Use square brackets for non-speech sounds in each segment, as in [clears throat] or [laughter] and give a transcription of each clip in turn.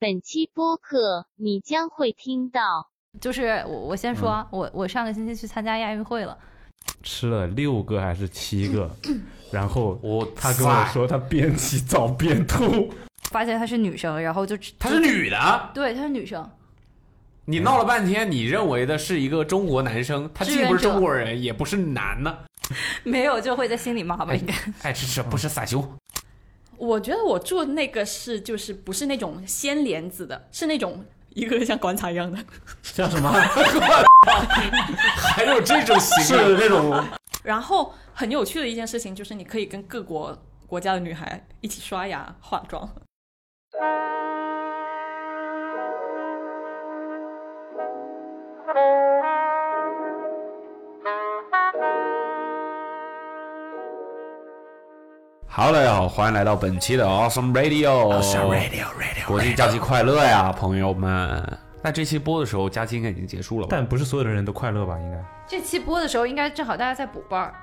本期播客你将会听到。就是我我先说嗯啊，我我上个星期去参加亚运会了，吃了六个还是七个，然后我他跟我，说他边洗澡边 [laughs] 吐，发现她是女生，然后就她是，女的，对，她是女生， [laughs] 你闹了半天，你认为的是一个中国男生，他既不是中国人，也不是男的，没有就会在心里骂哎吧，应该。爱吃吃不吃撒球，我觉得我做的那个是就是不是那种掀帘子的，是那种一个像棺材一样的。像什么？ [laughs] 还有这种行为，是那种 [laughs] 然后很有趣的一件事情就是，你可以跟各国国家的女孩一起刷牙化妆。好，大家好，欢迎来到本期的 Awesome Radio。Awesome Radio Radio，国际假期快乐呀，朋友们！那这期播的时候，假期应该已经结束了吧？但不是所有的人都快乐吧？应该这期播的时候，应该正好大家在补班儿，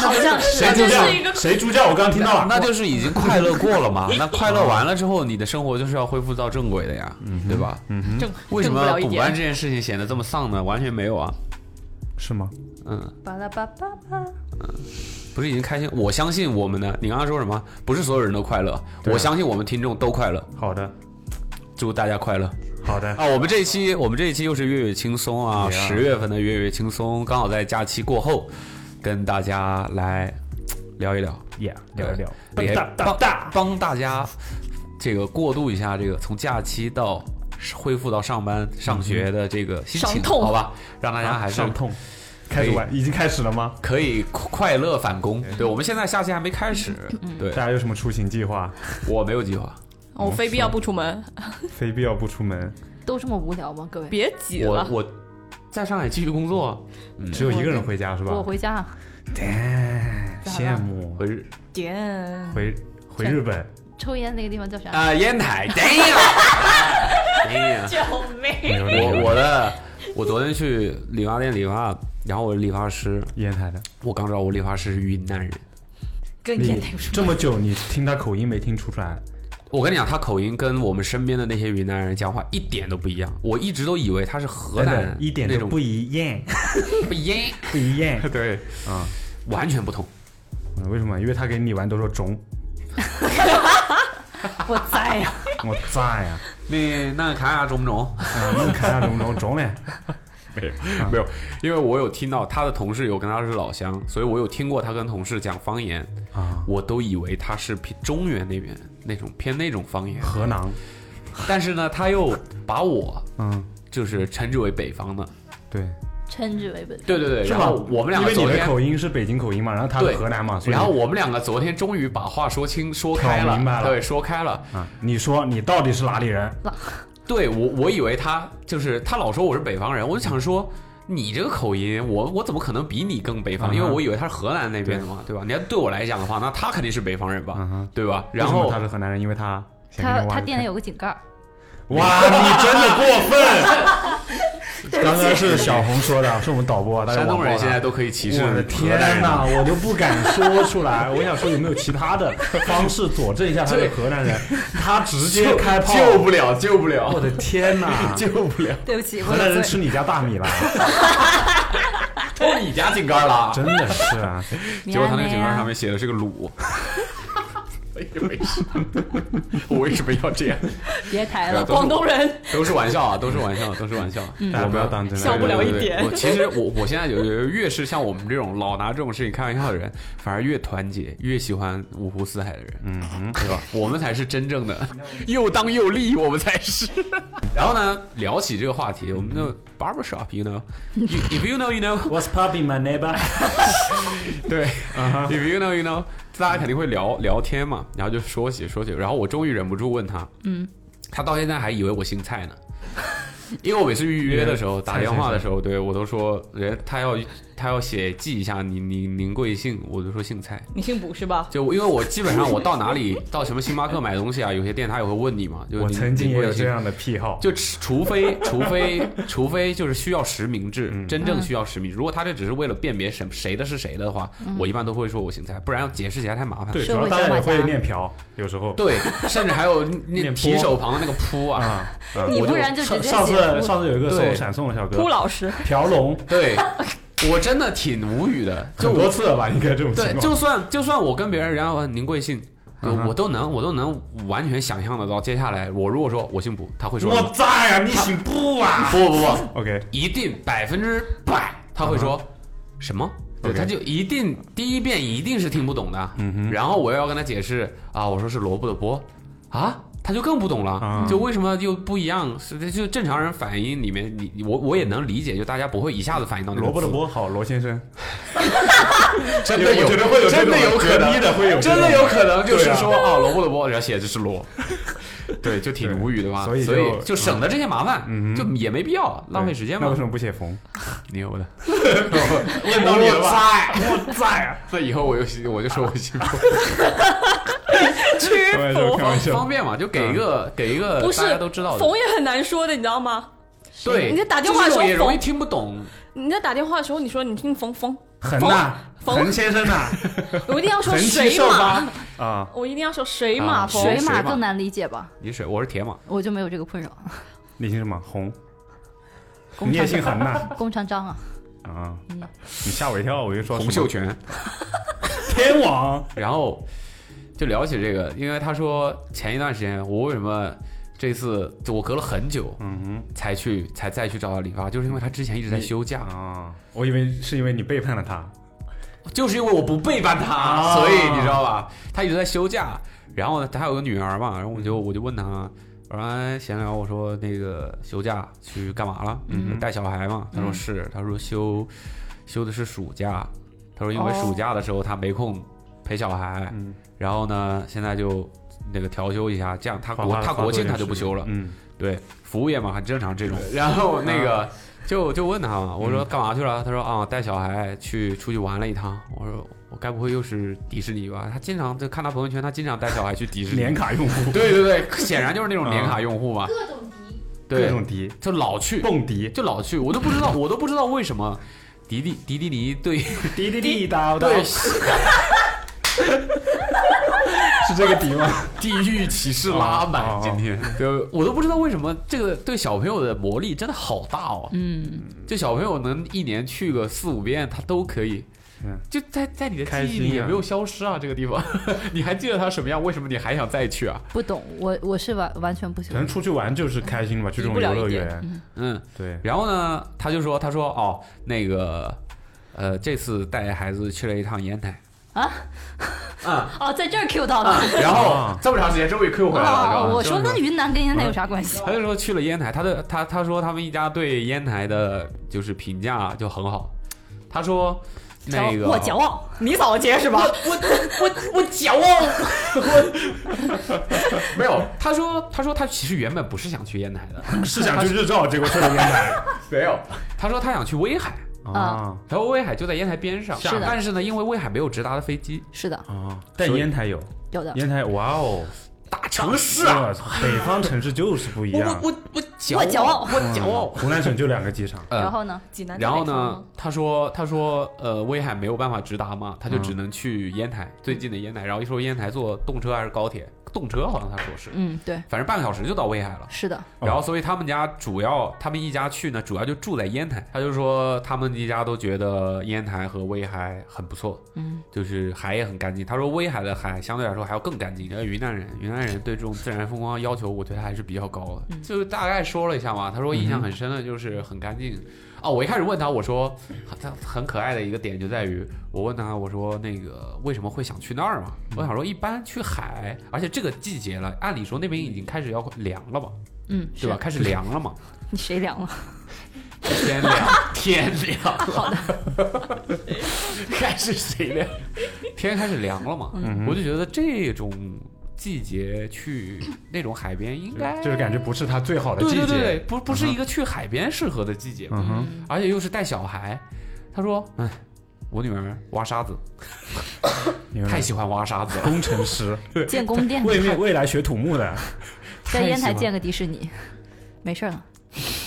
好像谁就这是一个 [laughs] 谁猪叫？我刚听到了，那 [laughs] 就是已经快乐过了嘛。那快乐完了之后，你的生活就是要恢复到正轨的呀，对吧？正为什正不么了一补班点。这件事情显得这么丧呢？完全没有啊。 [laughs] 是吗？嗯，巴拉巴巴巴。不是已经开心？我相信我们呢。你刚刚说什么？不是所有人都快乐，我相信我们听众都快乐。好的，祝大家快乐好 [laughs] 的，啊！我们这一 [laughs] 期，我们这一期又是月月轻松啊， Yeah 十月份的月月轻松，刚好在假期过后，跟大家来嘖聊一聊，也聊一聊，也大大帮大，帮大家这个过渡一下这个从假期到恢复到上班上学的这个心情，伤痛好吧？让大家还是上痛，开始玩，已经开始了吗？可以快乐返工。对，我们现在夏季还没开始，对大家有什么出行计划？我没有计划，我非必要不出门，非必要不出门，都这么无聊吗？各位，别挤我了。我在上海继续工作，啊只有一个人回家是吧哎我？回家，啊羡慕回日点回回日本，抽烟那个地方叫啥？啊烟 [laughs] 台，哎等一下，等 [laughs] 一下，救命！我我的我昨天去理发店理发，然后我理发师，烟台的。我刚知道我理发师是云南人。跟烟你台有什么？这么久，你听他口音没听出来？我跟你讲，他口音跟我们身边的那些云南人讲话一点都不一样。我一直都以为他是河真南的人，一点那都种不一 [laughs] 样，不一样， [laughs] 不一 [laughs] 样。对，啊、完全不同。嗯，为什么？因为他给你玩都说中， [laughs] 我啊栽呀！我炸呀！那那卡亚中不中？ [laughs] 啊，弄看下中不中中嘞？啊没有没有，因为我有听到他的同事有跟他是老乡，所以我有听过他跟同事讲方言，啊，我都以为他是偏中原那边那种偏那种方言，河南，但是呢，他又把我嗯，就是称之为北方的，对，称之为本。对对对，是然吧？后我们两因个为你昨的天口音是北京口音嘛，然后他对是河南嘛，所以然后我们两个昨天终于把话说清说开挑明白了对，说开了。啊，你说你到底是哪里人？对我，我以为他就是他老说我是北方人，我就想说你这个口音，我我怎么可能比你更北嗯方？哼因为我以为他是河南那边的嘛，对吧？你要对我来讲的话，那他肯定是北方人吧， [laughs] 嗯哼对吧？然为什么后他是河南人，因为他想给他你挖他个店里有个井盖儿，坑哇，你真的过 [laughs] 分！刚刚是小红说的，是我们导播，大家山东网暴啊人他现在都可以歧视我的河南天人啊哪，了，我都不敢说出来。我想说有没有其他的方式佐证一下他是河南人？他直接开炮，救不了，救不我 [laughs] 了，的天哪！ [laughs] 救不了，对不起，我河南人有吃罪。你家大米了，偷你家井盖了。真的是啊！结果他安那个内井盖啊上面写的是个鲁。我以为是， [laughs] 我为什么要这样？别抬了，对啊都是广东人都是玩笑啊，都是玩笑，都是玩笑。嗯大家 [laughs] 我不要当真，笑不了对对一点对对我其实我我现在有有越是像我们这种老拿这种事情开玩笑的人，反而越团结，越喜欢五湖四海的人，嗯，对吧？我们才是真正的又当又立，我们才是。然后呢，聊起这个话题，我们就 barbershop，you know，if you know you know， What's popping, my [laughs] neighbor？对，if 啊 you know you know，大家肯定会聊聊天嘛，然后就说起说起，然后我终于忍不住问他，嗯，他到现在还以为我 [laughs] 姓哎蔡呢，因为我每次预约的时候打电话的时候，对我都说人他要他要写记一下你你您贵姓，我就说姓蔡。你姓卜是吧？就我因为我基本上我到哪里到什么星巴克买东西啊，有些店他也会问你嘛，就是我您曾经您也贵有姓这样的癖好，就除除非除非 [laughs] 除非就是需要实名制，嗯真正需要实名制。如果他这只是为了辨别谁谁的是谁的话，我一般都会说我姓蔡，不然要解释起来太麻烦。对，主社要会大家也小马会甲念瓢，有时候对，甚至 [laughs] 还有那念提波手旁的那个扑啊，啊，你我不就然就上直接上次写上次有一个送对闪送的小哥扑老师，瓢龙，对，我真的挺无语的。就很多我次了吧，应该这种情对，况，就算就算我跟别人然后您贵姓。我嗯哼我都能，我都能完全想象得到。接下来，我如果说我姓卜，他会说我在啊，你醒不啊 [laughs] 不不不， ？OK，一定百分之百，他会说什么？对，啊 OK 嗯他就一定第一遍一定是听不懂的。哼然后我又要跟他解释啊，我说是萝卜的卜啊。他就更不懂了啊，就为什么又不一样？是就正常人反应里面，你你我我也能理解，就大家不会一下子反应到啊那个萝卜的字，卜好，罗先生， [laughs] 真的有，我觉得会有这真种的有可隔能壁的会有这真种的有可能就是对啊说哦，萝卜的卜，然后写的就是罗，对，就挺对无语的吧？所以所以就就省得这些麻烦，嗯哼就也没必要 [laughs] 浪费时间那嘛为什。么不写冯？牛 [laughs] 的，问到你了吧我在，我在 [laughs] 啊！那以后我就我就说我姓郭，开玩笑，开玩笑方。便嘛，就给一个给一个不大是家都知道的冯。也很难说的，你知道吗？对，你就打电话的时候这种也容易冯听不懂，你在打电话的时候，你说你姓 [laughs] 冯冯，恒呐，冯恒先生啊呐，我一定要说恒七水寿马吧，？啊，我一定要说水马啊冯。水水马马更难理解吧？你水，我是铁马，我就没有这个困扰。 [laughs] 你姓什么？ [laughs] 红，工你也厂姓恒呐？工厂章啊，啊，你吓我一跳，我就说洪什么秀全。天 [laughs] 王，然后就聊起这个，因为他说前一段时间我为什么这次就我隔了很久嗯才去才再去找他理发，就是因为他之前一直在休假哼，，啊，我以为是因为你背叛了他，就是因为我不背叛他，啊所以你知道吧？他一直在休假，然后呢，他还有个女儿嘛，然后我嗯就我就问他，我说哎闲聊，我说那个休假去干嘛了？嗯带小孩嘛？他说是，他说休休的是暑假，他说因为哦暑假的时候他没空陪小孩，嗯然后呢，现在就那个调休一下，这样他花国花他花国多庆点他就不时休间了，嗯，对，服务业嘛，很正常这种。然后那个就就问他嘛，我说干嘛去了？他说啊，带小孩去出去玩了一趟。我说我该不会又是迪士尼吧？他经常就看他朋友圈，他经常带小孩去迪士尼。年卡用户，嗯对对对，显然就是那种年卡用户嘛，各种敌。 [laughs] 各对，种敌，就老去，蹦迪，就老去，我都不知道，我都不知道为什么。迪迪迪迪尼对滴滴滴答对是这个迪吗？ [laughs] 地域歧视拉满，哦今天就我都不知道为什么这个对小朋友的魔力真的好大哦。嗯，就小朋友能一年去个四五遍，他都可以嗯。就在在你的开记忆心里也啊没有消失啊，这个 [laughs] 地方，你还记得他什么样？为什么你还想再去啊？不懂，我我是完完全不喜可欢能。出去玩就是开心吧，去这种游乐园，嗯， [laughs] 对，然后呢，他就说，他说哦，那个，呃，这次带孩子去了一趟烟台啊，啊，哦，在这儿 Q 到的。然后啊啊这么长时间终于 Q 回来了，是吧哦，我说就是跟云南跟烟台有啥关系？他就说去了烟台，他的他他说他们一家对烟台的就是评价就很好，他说那个我骄傲，你扫街是吧？我骄傲。啊没有，他说，他说他其实原本不是想去烟台的，是想去日照，结果去了烟台 [laughs] 没有。他说他想去威海，啊然后威海就在烟台边上，是的但是呢，因为威海没有直达的飞机，是的，啊，但所以烟台有，有的。烟台哇哦，大城市啊，我操北方城市就是不一我样嗯我，我我骄我骄傲我啊骄傲。湖南省就两个机 [laughs] 场，然嗯，后呢？济南。然后呢，？他说他说呃，威海没有办法直达嘛，他就只能去烟台最近的烟台，然后一说烟台坐动车还是高铁，动车好像他说是，嗯，对，反正半个小时就到威海了。是的，哦然后，所以他们家主要，他们一家去呢，主要就住在烟台。他就说，他们一家都觉得烟台和威海很不错，嗯，就是海也很干净。他说，威海的海相对来说还要更干净。因为云南人，云南人对这种自然风光要求，我觉得还是比较高的。就是大概说了一下嘛，他说印象很深的就是很干净。哦，我一开始问他，我说他很可爱的一个点就在于，我问他，我说那个为什么会想去那儿嘛？我想说，一般去海，而且这个季节了，按理说那边已经开始要凉了嘛。嗯，是对吧？？开始凉了 [laughs] 嘛，你 [laughs] 谁凉了？天凉，天凉了。好的， [laughs] 开始谁凉？天开始凉了嘛，嗯我就觉得这种季节去那种海边应该就是感觉不是它最好的对季对对对节，嗯不不是一个去海边适合的季节嘛，嗯哼，嗯而且又是带小孩。他说：“哎，我女儿挖沙子，你们太喜欢挖沙子了，工程师，建宫殿， [laughs] 未未未来学土木 [laughs] 的，在烟台太喜欢建个迪士尼，没事儿了。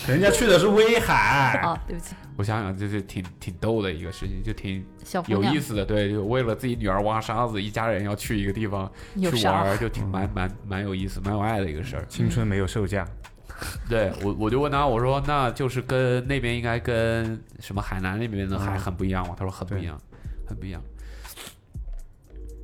人家去的是威 [laughs] 哎海，哦，对不起， [laughs] 我想想，这就挺挺逗的一个事情，就挺小姑有娘意思的。对，就为了自己女儿挖沙子，一家人要去一个地方有去啥玩儿，就挺蛮蛮蛮有意思、蛮有爱的一个事儿。青春没有售价， [laughs] 对我，我就问他，我说那就是跟那边应该跟什么海南那边的海嗯很不一样吗？他说很不对一样，很不一样。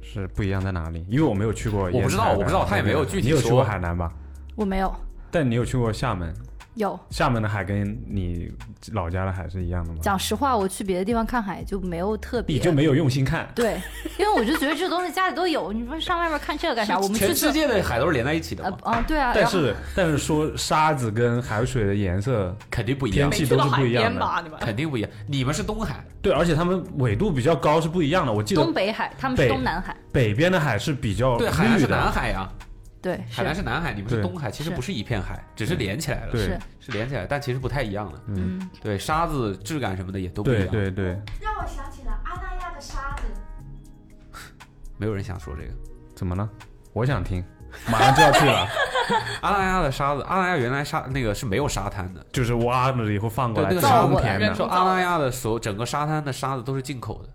是不一样在哪里？因为我没有去过，我不知道我不知道他也没有具体你有去过说海南吧？我没有，但你有去过厦门？有。厦门的海跟你老家的海是一样的吗？讲实话，我去别的地方看海就没有特别，你就没有用心看，对，因为我就觉得这东西家里都有，你说上外面看这个干啥？我们去全这世界的海都是连在一起的呃嘛，啊，对啊，但然后是但是说沙子跟海水的颜色，肯定不一样天，气没去到都是海不一样的边吧？你们肯定不一样。你们是东海，对，而且它们纬度比较高是不一样的。我记东得北海，他们是北东南海，北边的海是比较对，海南哦绿是南的，海呀，对，海南是是南海，你们是对东海，其实是不是一片海，只是连起来了，对是，是连起来，但其实不太一样的。嗯，对，沙子质感什么的也都不一对样。，对对，让我想起了阿那亚的沙子。没有人想说这个。怎么了？我想听，马上就要去了，阿那亚的沙子，阿那亚原来沙那个是没有沙滩的，就是挖了以后放过来，对那个香造过来甜人说的，造阿那亚的所有整个沙滩的沙子都是进口的，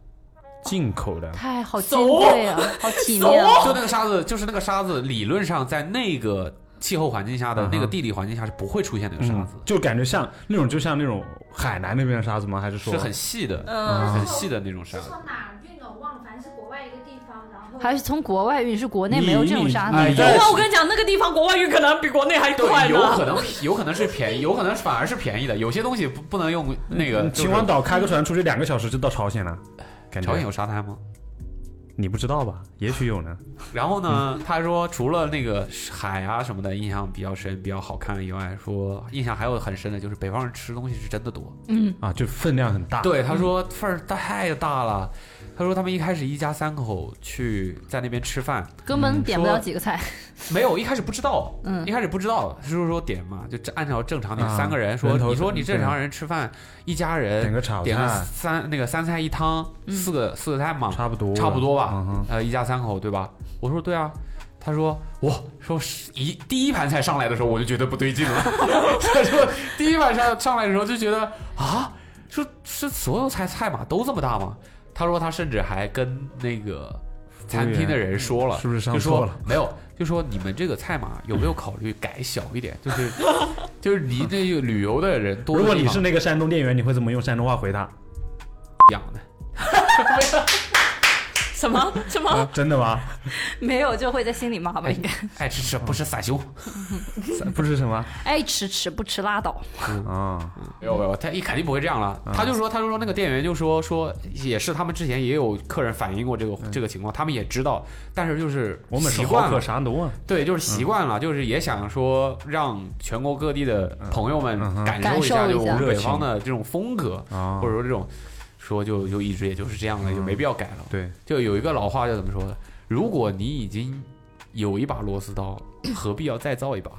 进口的，太好珍贵啊，好体面啊，就那个沙子，就是那个沙子，理论上在那个气候环境下的嗯哼那个地理环境下是不会出现那个沙嗯子，，就感觉像那种，就像那种海南那边的沙子吗？还是说是很细的，嗯，很细的那种沙是子。从哪儿运的？我忘了，反正是国外一个地方，然后还是从国外运，是国内没有这种沙你子你哇、哎啊我跟你讲，那个地方国外运可能比国内还快对，有呢可。能有可能是便宜，有可能反而是便宜的。有些东西不不能用那个。就是嗯秦皇岛开个船出去两个小时就到朝鲜了，感朝鲜觉有沙滩吗？你不知道吧？也许有呢。然后嗯呢，他说除了那个海啊什么的印象比较深、比较好看以外，说印象还有很深的就是北方人吃东西是真的多。嗯，啊，就分量很大。，对，他说份儿太大了。他说他们一开始一家三口去在那边吃饭，根本点不了说几个菜，没有一开始不知道，嗯一开始不知道，他就说点嘛，就按照正常点啊三个人说，人头你说你对正常人吃饭一家点人个炒点个菜三那个三菜一汤，四个四个菜嘛，差不多，差不多吧嗯哼，呃，一家三口对吧？我说对啊，他说哇，说是一第一盘菜上来的时候我就觉得不对劲了， [laughs] 他说第一盘菜上来的时候就觉得啊，说是所有菜菜嘛都这么大吗？他说他甚至还跟那个餐厅的人说了，是不是上就说错了？没有，就说你们这个菜码有没有考虑改小一点？就是就是你这个旅游的人多的如地果方，你是那个山东店员，你会怎么用山东话回 [laughs] 他？一样的，什么什么？啊，真的吗？没有就会在心里骂哎吧，应该。爱吃吃不吃撒熊。不是什么爱吃吃，不吃拉倒。啊，没有没有，他一肯定不会这样了。他就说，他就说那个店员就说说，也是他们之前也有客人反映过这个这个情况，他们也知道，但是就是嗯我们是习好惯客了，山东啊，对，就是习惯了，就是也想说让全国各地的朋友们嗯哼感受一下感受一就我下们北方的这种风格，啊嗯或者说这种说就就一直也就是这样了，就没必要改了。对，就有一个老话叫怎么说的？如果你已经有一把螺丝刀， [coughs] 何必要再造一把？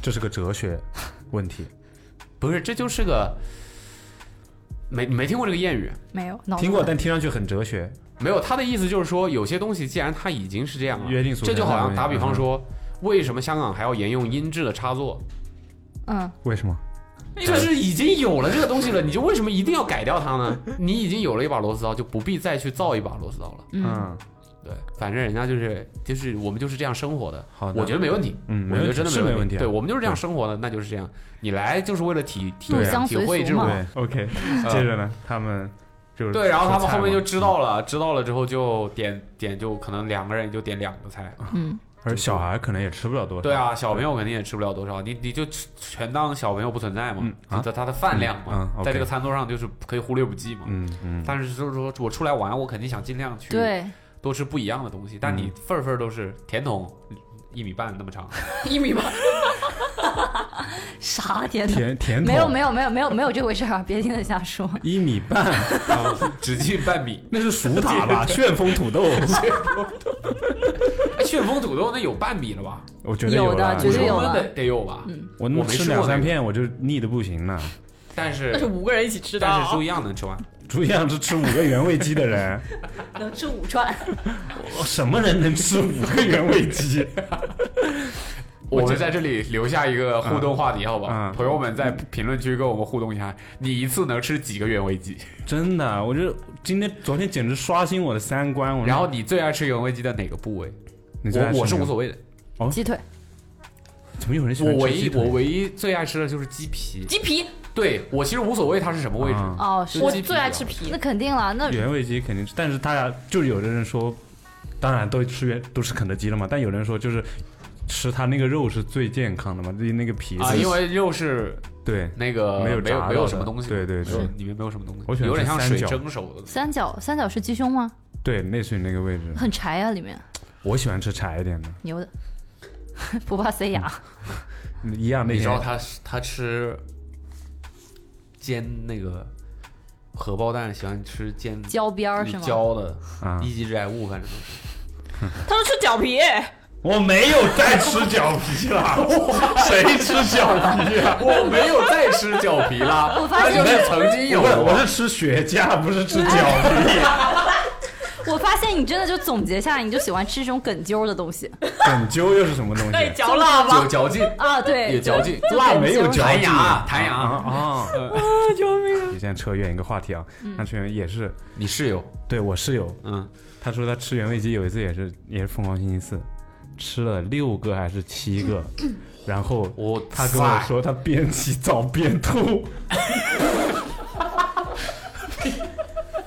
这是个哲学问题。不是，这就是个没没听过这个谚语。没有，脑子听过，很但听上去很哲学。没有，他的意思就是说，有些东西既然它已经是这样了，约定俗成这就好嗯像打比方说，为什么香港还要沿用音质的插座？嗯，为什么？就是已经有了这个东西了，你就为什么一定要改掉它呢？ [laughs] 你已经有了一把螺丝刀，就不必再去造一把螺丝刀了。嗯，对，反正人家就是就是我们就是这样生活的，好的我觉得没问题，嗯没我觉问得题真的是没问问题啊对我们就是这样生活的，那就是这样。你来就是为了体体入体乡随会俗这种嘛对，OK。接啊着呢，他们就是对，然后他说们菜后面就嘛知道了，知道了之后就点点就可能两个人就点两个菜，而小孩可能也吃不了多少。对，啊，小朋友肯定也吃不了多少，你你就吃全当小朋友不存在嘛嗯，啊就他的饭量嘛嗯嗯，，OK 在这个餐桌上就是可以忽略不计嘛。嗯嗯，但是就是说我出来玩，我肯定想尽量去对，多吃不一样的东西，但嗯你份儿份儿都是甜筒一米半那么长， [laughs] 一米八，啥天呐甜甜筒没有没有没有没有没有这回事儿啊！别听他瞎 [laughs] 说。一米半，嗯直径半米。那是熟塔 [laughs] 吧？旋风土豆，哎，旋风土豆那有半米了吧？我觉得有的啦绝对有我了嗯得得有吧？我我没吃吃过两那三个片我就腻的不行了。但那是是五个人一起吃的啊，但是猪一样能吃完。猪一样是吃五个原味鸡的人，能吃五串。我什么人能吃五个原味鸡？我就在这里留下一个互动话题，好吧嗯？朋友们在评论区跟我们互动一下，你一次能吃几个原味鸡？ [laughs] 真的，我就今天昨天简直刷新我的三观。我然后你最爱吃原味鸡的哪个部位？你最爱吃我我是牛无所谓的，鸡腿，怎么有人喜欢我吃唯鸡一腿我唯一最爱吃的就是鸡皮。鸡皮，对我其实无所谓它是什么位置，啊嗯哦，是鸡我皮最爱比较吃好皮那。肯定了，那原味鸡肯定是，但是大家就是有的人说，当然都吃原都吃肯德基了嘛，但有人说就是吃它那个肉是最健康的嘛，就是那个皮啊，是因为肉是对那个没有没炸有到没有什的么东西，对对对是里面没有什么东西，我喜欢有点吃像三水角蒸熟的。三角三角是鸡胸吗？对，类似于那个位嗯置。很柴啊，里面我喜欢吃柴一点的，牛的， [laughs] 不怕塞牙。嗯一样那你些知。道他他吃煎那个荷包蛋，喜欢吃煎焦边儿是吗？焦的啊一级致癌物，反正 [laughs] 他说吃脚皮，哎我没有再吃脚皮 [laughs] 了，谁吃脚皮啊？ [laughs] 我没有再吃脚皮啦，我发现那就是曾经有啊不是，过我是吃雪茄，不是吃脚 [laughs] 皮。我发现你真的就总结下来，你就喜欢吃这种梗揪儿的东西梗揪又是什么 [laughs] 东对，西？啊嚼辣有吧？嚼劲，啊，对，有嚼劲，辣没有嚼弹劲牙弹牙啊 [laughs] 啊！呃 [laughs] 救命！嗯你现在扯远一个话题啊，那群人也是，你室友，对我室友，嗯，他说他吃原味鸡有一次也是也是疯狂星期四，吃了六个还是七个，嗯 [clears throat] 然后我他跟我说他边洗澡边吐，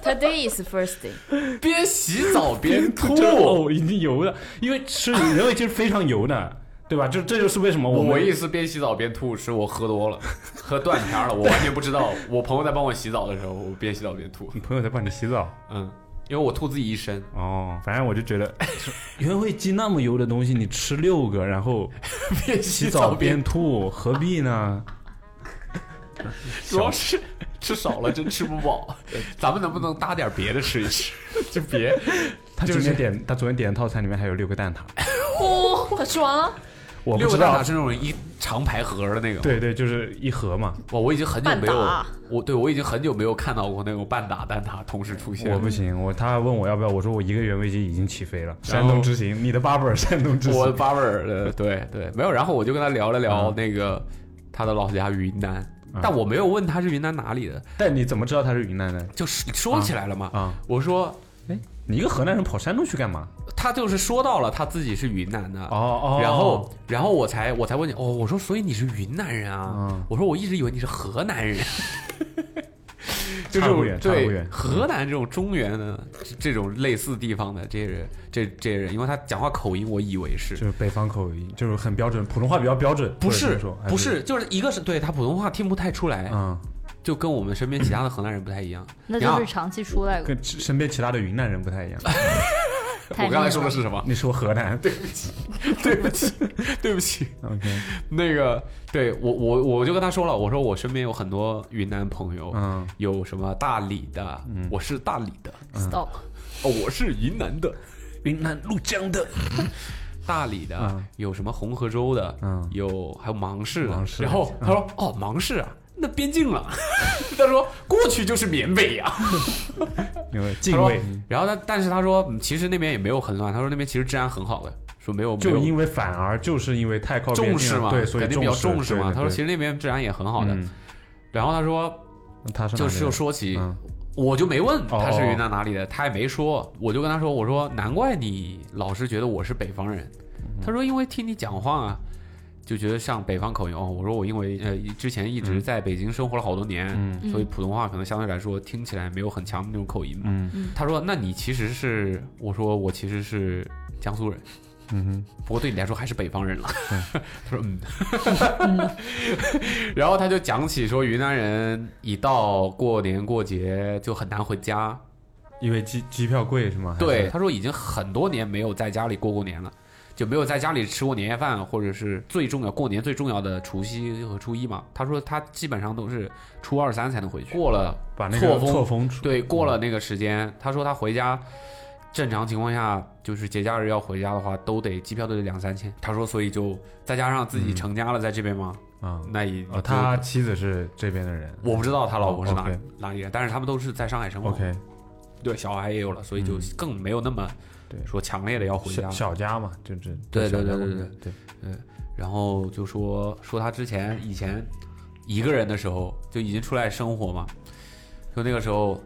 Today is Thursday。边洗澡 [laughs] 边吐，就是哦，已经油了，因为吃原味鸡是非常油的，对吧？就这就是为什么我我们唯一一次边洗澡边吐是我喝多了，喝断片儿了，我完全不知道。我朋友在帮我洗澡的时候，我边洗澡边吐你，朋友在帮你洗澡嗯，因为我吐自己一身。哦，反正我就觉 [laughs] 得原味鸡那么油的东西，你吃六个，然后边洗洗澡澡边吐，何必呢？主要是吃少了真吃不饱，咱们能不能搭点别的吃一吃？ [laughs] 就别 [laughs] 他就今天是点他昨天点的套餐里面还有六个 [laughs] 蛋挞，哦，他吃完了，我不六知个蛋道挞，是那种一长排盒的那个。，对对，就是一盒嘛。哇，我已经很久没有半打，啊我对我已经很久没有看到过那种半打蛋挞同时出现了。我不行，我他问我要不要，我说我一个原味鸡已经起飞了。然山后东之行，你的巴布尔山东之我行，巴贝尔的，呃对对，没有。然后我就跟他聊了聊嗯那个他的老家云南，嗯但我没有问他是云南哪里的， [laughs] 但你怎么知道他是云南的就是说起来了嘛。啊？我说你一个河南人跑山东去干嘛？他就是说到了他自己是云南的，哦然后然后我才我才问你，哦，我说所以你是云南人啊？嗯我说我一直以为你是河 [laughs] 南人。就差是不远差不对远嗯河南这种中原的这种类似地方的这些人，这这些人，因为他讲话口音，我以为是就是北方口音，就是很标准，普通话比较标准。不或者是这么说还不是，就是一个是对他普通话听不太出来，嗯，就跟我们身边其他的河南人不太一样。那然就后是长期出来过。跟其身边其他的云南人不太一样。太我刚才说的是 [laughs] 什么？你说河 [laughs] 南？对对不起，对不起， ，OK，那个对我我我就跟他说了，我说我身边有很多云南朋友，嗯，有什么大理的，我是大理的， stop，哦，我是云南的，云南怒江的， [laughs] 大理的、嗯有什么红河州的，嗯有还有芒市的，芒市嗯然后他说、哦，芒市啊，那边境了， [laughs] 他说过去就是缅北啊呀、因为他敬说畏，然后他，但是他说，嗯其实那边也没有很乱。他说那边其实治安很好的，说没有没就有因为反而就是因为太靠边重境视了嘛，对，嗯所以肯定比较重视视嘛。他说其实实那边治安也很好的。然后他说，嗯他是哪就里是就人说起，嗯我就没问哦他是云南哪里的，他也没说。我就跟他说，我说难怪你老是觉得我是北方人。他说因为听你讲话啊。就觉得像北方口音哦，我说我因为呃之前一直在北京生活了好多年，所以普通话可能相对来说听起来没有很强的那种口音嘛。嗯他说：“那你其实是……我说我其实是江苏人，嗯哼。不过对你来说还是北方人了。” [laughs] 他说：“嗯。”然后他就讲起说，云南人一到过年过节就很难回家。因为机机票贵是吗？对，还是，哎他说已经很多年没有在家里过过年了，就没有在家里吃过年夜饭，或者是最重要过年最重要的除夕和初一嘛。他说他基本上都是初二三才能回去，过了把那个错峰错峰嗯出对，过了那个时间，他说他回家，正常情况下就是节假日要回家的话，都得机票都得两三千。他说，所以就再加上自己成家了，在这边嘛，啊那一哦，他妻子是这边的人，我不知道他老婆是哪、 OK 哪里人，但是他们都是在上海生活。 OK 对，小孩也有了，所以就更没有那么对说强烈的要回家小。小家嘛，就这对小对家对公对寓对，然后就说说他之前以前一个人的时候就已经出来生活嘛，就那个时候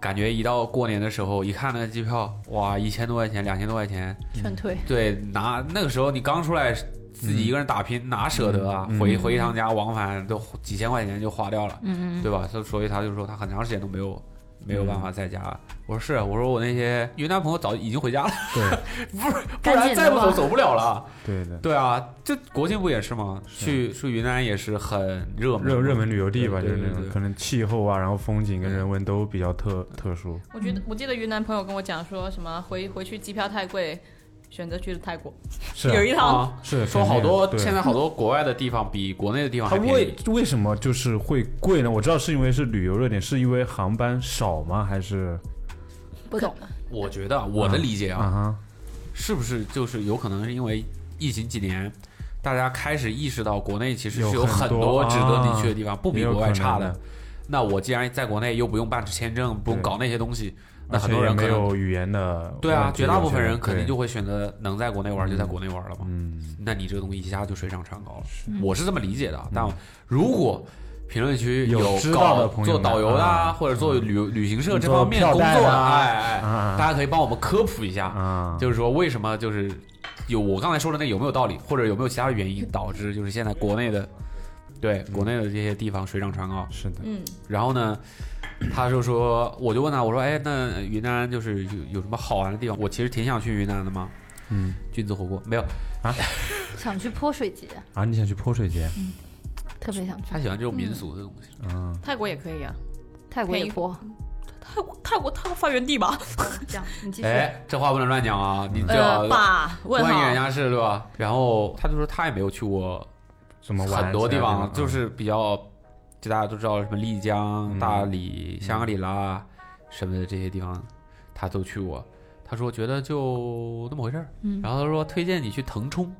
感觉一到过年的时候，一看那机票，哇，一千多块钱，两千多块钱，劝退。对，拿那个时候你刚出来，自己一个人打拼，哪舍得啊？嗯回嗯回一趟家，往返都几千块钱就花掉了，嗯嗯对吧？所所以他就说他很长时间都没有没有办法在家。嗯我说是，我说我那些云南朋友早已经回家了，对 [laughs] 不是不赶然紧再的不走吧走不了了。对的，对啊，这国庆不也是吗？是去去云南也是很热门热热门旅游地吧，就是对对那对种对可能气候啊，然后风景跟人文都比较特特殊。我觉得我记得云南朋友跟我讲说什么回回去机票太贵，选择去了泰国，是啊有一趟、啊。是说好多对现在好多国外的地方比国内的地方它啊还便为宜，为什么就是会贵呢？我知道是因为是旅游热点，是因为航班少吗？还是不懂。我觉得啊我的理解啊啊，哈？是不是就是有可能是因为疫情几年，大家开始意识到国内其实是有有很很多多值得啊你去的地方，不也比有国外可能差的的。那我既然在国内又不用办签证，不用对搞那些东西，那而很且多也人没可能有语言的，对啊，绝大部分人可肯能定就会选择能在国内玩就在国内玩了嘛。嗯，那你这个东西一下就水涨船高了，我是这么理解的啊。但如果评论区有有知道搞的朋友做们导游的啊啊，或者做旅游旅行社这做方面票工代作的的，啊哎啊哎，啊大家可以帮我们科普一下，啊，就是说为什么就是有我刚才说的那有没有道理，或者有没有其他原因导致就是现在国内的对国内的这些地方水涨船高。是的，嗯，然后呢，他就说，我就问他，我说，哎，那云南就是有有什么好玩的地方？我其实挺想去云南的嘛。嗯菌子火锅没有，想去泼水节，啊，你想去泼水节？特别想去他喜欢这种民俗的东西。嗯，泰国也可以啊，泰国也便宜泼。泰国泰国泰国发源地吧？这样，你继续。哎、这话不能乱讲啊，你就要呃，爸，问万一人号，家是对吧？然后他就说他也没有去过怎么玩很多地啊方，就是比较，就大家都知道什么丽江、大理、香格里拉什么的这些地方，他都去过。他说觉得就那么回事儿，然后他说推荐你去腾冲，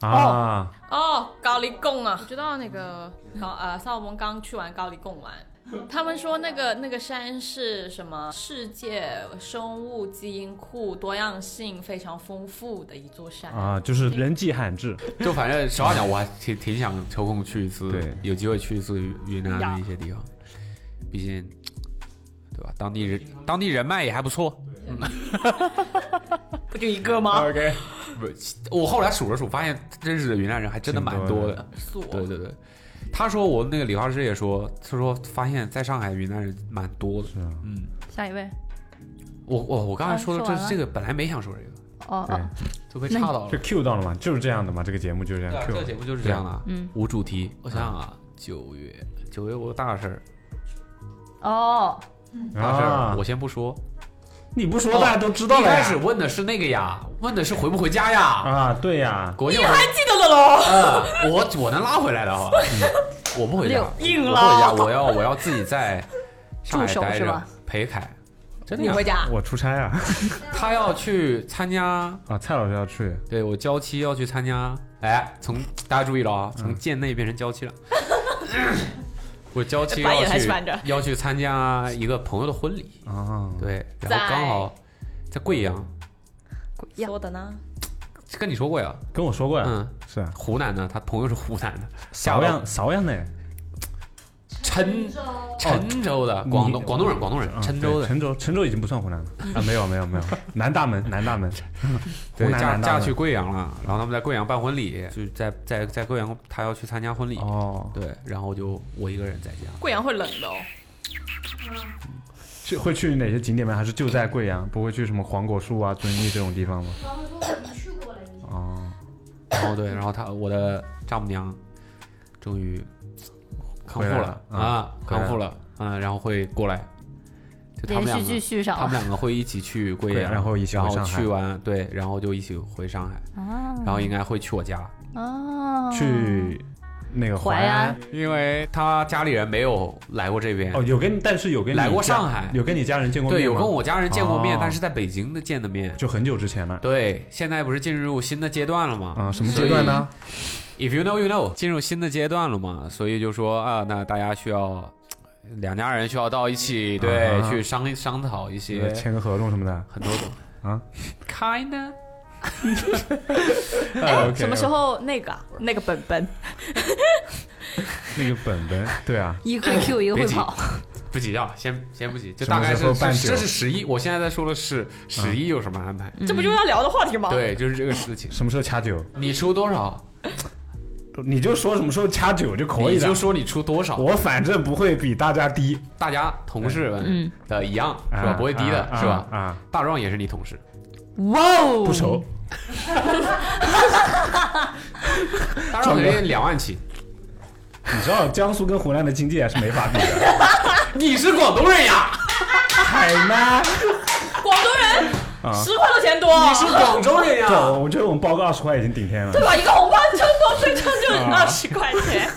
啊，哦，高丽贡啊，我知道那个高呃，萨文刚去完高丽贡玩。他们说那个那个山是什么？世界生物基因库多样性非常丰富的一座山。啊，就是人迹罕至，就反正实话讲，我还挺挺想抽空去一次，对有机会去一次云南的一些地方，毕竟，对吧？当地人当地人脉也还不错。不就一个吗？ OK，不，我后来数了数，发现认识的云南人还真的蛮多的。锁对对对，他说我那个理发师也说，他说发现在上海云南人蛮多的。是啊，嗯，下一位。我我我刚才啊说的说这完了这个本来没想说这个，哦对哦，，都被岔到了就。Q 到了嘛，就是这样的嘛，这个节目就是这对样啊， Q 这个节目就是这样的啊，嗯，无主题。我想想啊，九月九月我有大事儿，哦，大事啊儿我，先不说。你不说大家都知道一了呀开始问的是那个呀，问的是回不回家呀？啊，对呀，国庆还记得了喽。嗯，我我能拉回来的哈。 [laughs] 我不回家，六硬我了不回家，我要我要自己在上海驻守待是着吧陪凯。真的你呀回家？我出差啊，他要去参加，啊，蔡老师要去，对我娇妻要去参加。哎，从大家注意了啊，从贱内变成娇妻了。我娇妻白要眼还是去板着要去参加一个朋友的婚礼，啊，对，然后刚在好在贵阳，鬼样嗯说的呢？跟你说过呀，跟我说过呀，嗯，是啊，湖南的，他朋友是湖南的，芍到药芍药呢，啊郴郴州的广东你广东人，广东人啊郴州对的，郴州郴州已经不算湖南了啊，没有没有 [laughs] 没有，南大门南大门，湖对，南嫁南大嫁门去贵阳了，然后他们在贵阳办婚礼，就是在在在贵阳，他要去参加婚礼，哦，对，然后就我一个人在家，贵阳会冷的哦。嗯去会去哪些景点吗？还是就在贵阳？不会去什么黄果树啊、遵义这种地方吗？然后如果你去过了，[coughs] 你哦，然后对，然后他我的丈母娘终于康回复来了了嗯啊，回来康复了，嗯，然后会过来，就他哦连们两续个剧续上他们了两个会一起去贵贵阳阳，然后一起回然后上海去完对，然后就一起回上海，啊然后应该会去我家，哦啊！去那个淮安安因为他家里人没有来过这边嗯哦，，有跟但是有跟你来过家上海有跟你家人见过面对，有吗跟我家人见过面哦，但是在北京的见的面。就很久之前了对，现在不是进入新的阶段了吗？啊，什么阶段呢？ If you know, you know，进入新的阶段了嘛，所以就说啊，那大家需要两家人需要到一起，对，啊哈去商商讨一些呃签个合同什 [laughs] 么的。很多种啊，kinda 哎什么时？候那个啊嗯那个本本那个本本，对啊，一个会 Q 一个 [laughs] 会跑？不急啊，先先不急，就什么大概时是候办嗯是酒这是十一，我现在在说的是十一有什么安排？嗯这不就是要聊的话题吗？，对，就是这个事情。什么时候掐酒，你出多少，你就说什么时候掐酒就 [laughs] 可以你了就。说你出多少，我反正不会比大家低，是大家同事们嗯的一样是吧？不会低的是吧？啊，大壮也是你同事，哇哦，不熟，大壮人家两万起，你知道江苏跟湖南的经济还是没法比的。你是广东人呀？海南，广东人啊十块都嫌多，你是广州人对，呀？我觉得我们包个二十块已经顶天了。对吧？一个红包撑都最撑就啊二十块钱，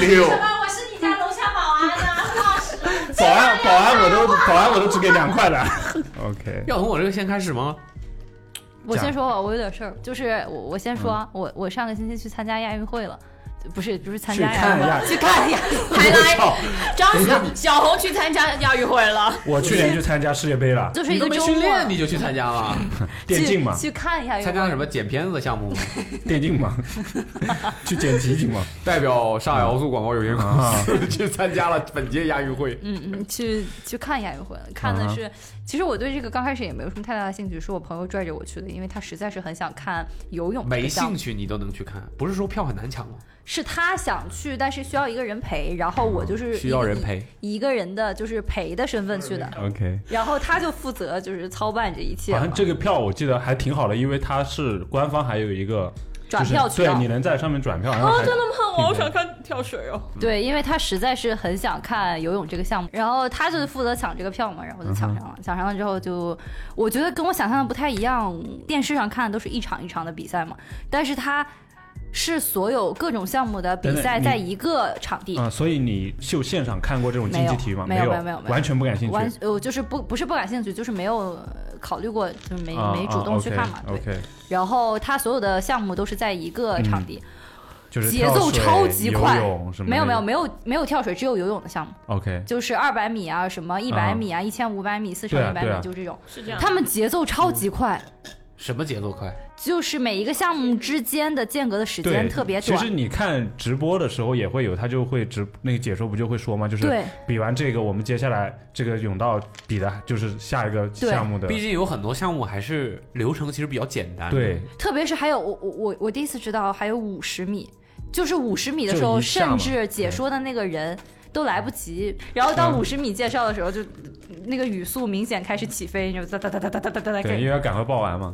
六妈，我是你家楼下保安啊，老师。保安，保安我都，保安我都只给两块的。OK，要从我这个先开始吗？我先说吧，我有点事儿，就是我我先说嗯啊，我我上个星期去参加亚运会了，不是不是参加去看亚亚运会，去看亚，还操来张小小红去参加亚运会了，我去年去参加世界 [laughs] 杯了，就是你一都个没周训末哎练你就去参加 [laughs] 了？电竞嘛去，去看亚运参会，加什么剪片子的项目吗？电竞嘛， [laughs] 去剪集锦嘛。代表上海奥速广告有限公啊司 [laughs] 去参加了本届亚运会。嗯嗯，去去看亚运会了，啊看的是，其实我对这个刚开始也没有什么太大的兴趣，是我朋友拽着我去的，因为他实在是很想看游泳这没个项目兴趣你都能去看，不是说票很难抢吗？是他想去，但是需要一个人陪，然后我就是需一个要人陪，以一个人的就是陪的身份去的， OK，然后他就负责就是操办这一切好像嘛这个票我记得还挺好的，因为它是官方还有一个转票就是渠道对，你能在上面转票。哦，真的吗？我好想看跳水哦。对，因为他实在是很想看游泳这个项目，然后他就是负责抢这个票嘛，然后就抢上嗯了，抢上了之后就，我觉得跟我想象的不太一样，电视上看的都是一场一场的比赛嘛，但是他是所有各种项目的比等等赛你在一个场地。啊，所以你秀现场看过这种竞技体育吗？没有没有没有没有完全不感兴趣。完，呃，就是不不是不感兴趣，就是没有呃考虑过，就是没、没主动去看嘛。对。啊 OK，然后他所有的项目都是在一个场嗯地，就是节奏超级快游泳什，么没有没有没有没有跳水，只有游泳的项目， OK，就是二百米啊，什么一百米啊，一千五百米、四乘对啊一百对啊嗯米，就这种。是这样，他们节奏超级快，什么节奏快？就是每一个项目之间的间隔的时对，间特别其实短。你看直播的时候也会有，他就会直那个解说不就会说吗？就是对比完这个，我们接下来这个泳道比的就是下一个对项目的。毕竟有很多项目还是流程其实比较简单。 [laughs] 对，，特别是还有我我我我第一次知道还有五十米，就是五十米的时就候，一下嘛甚至解说的那个人都来不及，然后到嗯五十米介绍的时候就，那个语速明显开始起飞，就哒哒哒哒哒哒哒哒哒开对，始因为要赶快报完嘛。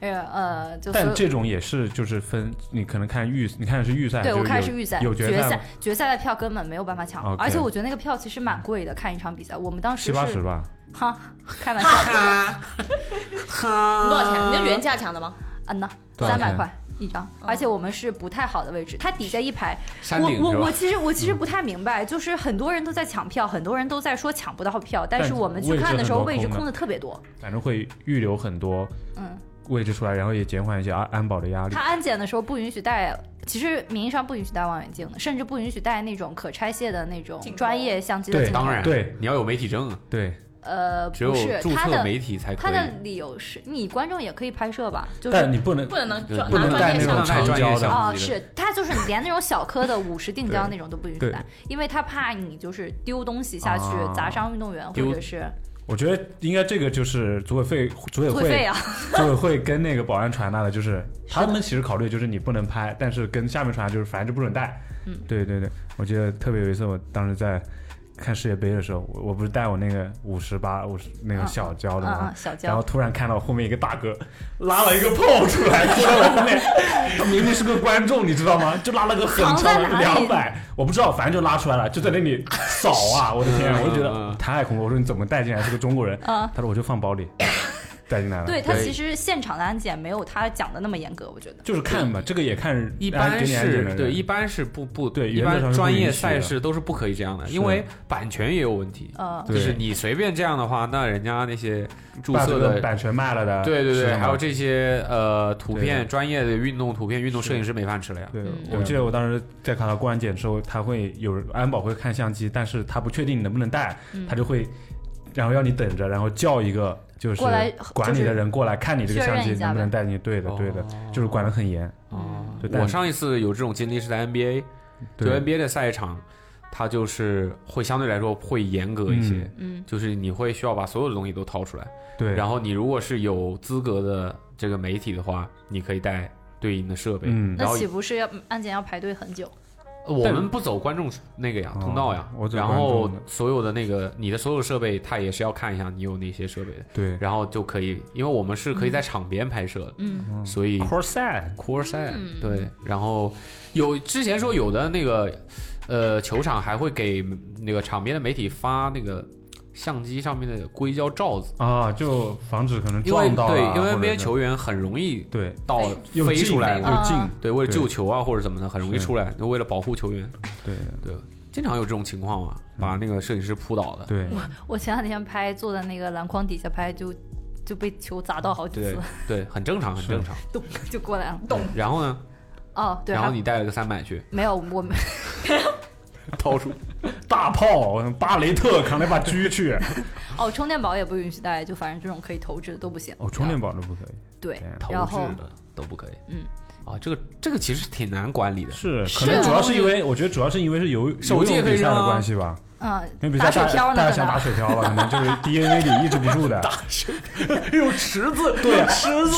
呃呃，就所但有这种也是就是分，你可能看预，你看的是预赛，对哎就我是看有是预赛，有决赛吗，决赛的票根本没有办法抢 OK 而且我觉得那个票其实蛮贵的，看一场比赛，我们当时七是八十吧，哈，开玩笑，多少钱？你就原价抢的吗？嗯呐，多少三百钱块。一张，嗯而且我们是不太好的位置，它底下一排，山我顶是我吧我其实我其嗯实不太明白，就是很多人都在抢票，很多人都在说抢不到票，但但是我们去位置看的很时候多位置空的啊空的特别多，反正会预留很多嗯位置出来，然后也减缓一些安安保的压力他。安检的时候不允许带，其实名义上不允许带望远镜的，甚至不允许带那种可拆卸的那种镜头专业相机的对镜头。当然对，你要有媒体证啊，对，呃，只有不是注他册的媒体才可他以。的理由是你观众也可以拍摄吧，就但是。你不能不能能对转不拿能带专业那种项长目。焦专业的项哦，你的是他就是连那种小颗的五十定焦那种都不允许对带，因为他怕你就是丢东西下去啊砸伤运动员，丢或者是我觉得应该这个就是组委会组委退费会啊。 [laughs] 组委会跟那个保安传达的，就是他们其实考虑就是你不能拍，但是跟下面传达就是反正就不准带。嗯，对对对，我记得特别有一次，我当时在看世界杯的时候，我我不是带我那个五十八五十那个嗯小胶的嗯吗嗯，？小然后焦，突然看到后面一个大哥拉了一个炮出来，就在我后面，他明明是个观众，你知道吗？就拉了个很藏在长的哪里两百，我不知道，反正就拉出来了，就在那里扫啊！我的天啊，嗯我就觉嗯得嗯太恐怖。我说你怎么带进来是个中国人？啊 [laughs] 他说我就放包里。带进来了。对他对其实现场的安检没有他讲的那么严格，我觉得。就是看吧，这个也看一安般给你安检的是人对，一般是不不对一原则上般是不专业允许的赛事都是不可以这样的，是因为版权也有问题。呃，对就是你随便这样的话，那人家那些注把册这个的，版权卖了的，对对是对，吗还有这些呃图对片，专业的运动图片、运动摄影师没饭吃了呀。对嗯，我记得我当时在考察过安检的时候，他会有安保会看相机，但是他不确定你能不能带，嗯他就会，然后要你等着，然后叫一个就是过来管理的人过来看你这个确认相机一下能不能呗带进去。对的，对的，就是管得很严。嗯哦对但我上一次有这种经历是在 NBA，就 NBA 的赛场，它就是会相对来说会严格一些，嗯，就是你会需要把所有的东西都掏出来。对，然后后你如果是有资格的这个媒体的话，你可以带对应的设备。嗯然那后岂不是要安检要排队很久？我们不走观众那个呀哦通道呀我，走然观众后的所有的那个你的所有设备，它也是要看一下你有哪些设备的，对然后就可以，因为我们是可以在场边拍摄的，嗯，所以 c o r s e core side 对，然后有之前说有的那个呃球场还会给那个场边的媒体发那个相机上面的硅胶罩子，啊，就防止可能因为撞到对，了，因为或者 NBA 是哎球员很容易对到又飞近出来了，又近，对，为了啊对救球啊或者怎么的，很容易是出来，就为了保护球员。对对，经常有这种情况嘛，把那个摄影师扑倒的。对，我前两天拍坐在那个篮筐底下拍，就就被球砸到好几对次，对，很正常，很正常。咚就过来了。然后呢？哦，对，然后还你带了个三百去，没有我们 [laughs] 掏出大炮巴雷特扛了一把狙 [laughs] 去。哦，充电宝也不允许带，就反正这种可以投掷的都不行。哦，充电宝都不可以，对天，投然掷后的都不可以。嗯，啊，这个这个其实挺难管理的。是可是能啊主要是因为我觉得主要是因为是游手机游也泳可以比赛扔的啊关系吧。因为嗯，比打水赛大漂大呢，家可想打能水漂了，可能就是 DNA 里抑制不住 [laughs] 的，用池子，对，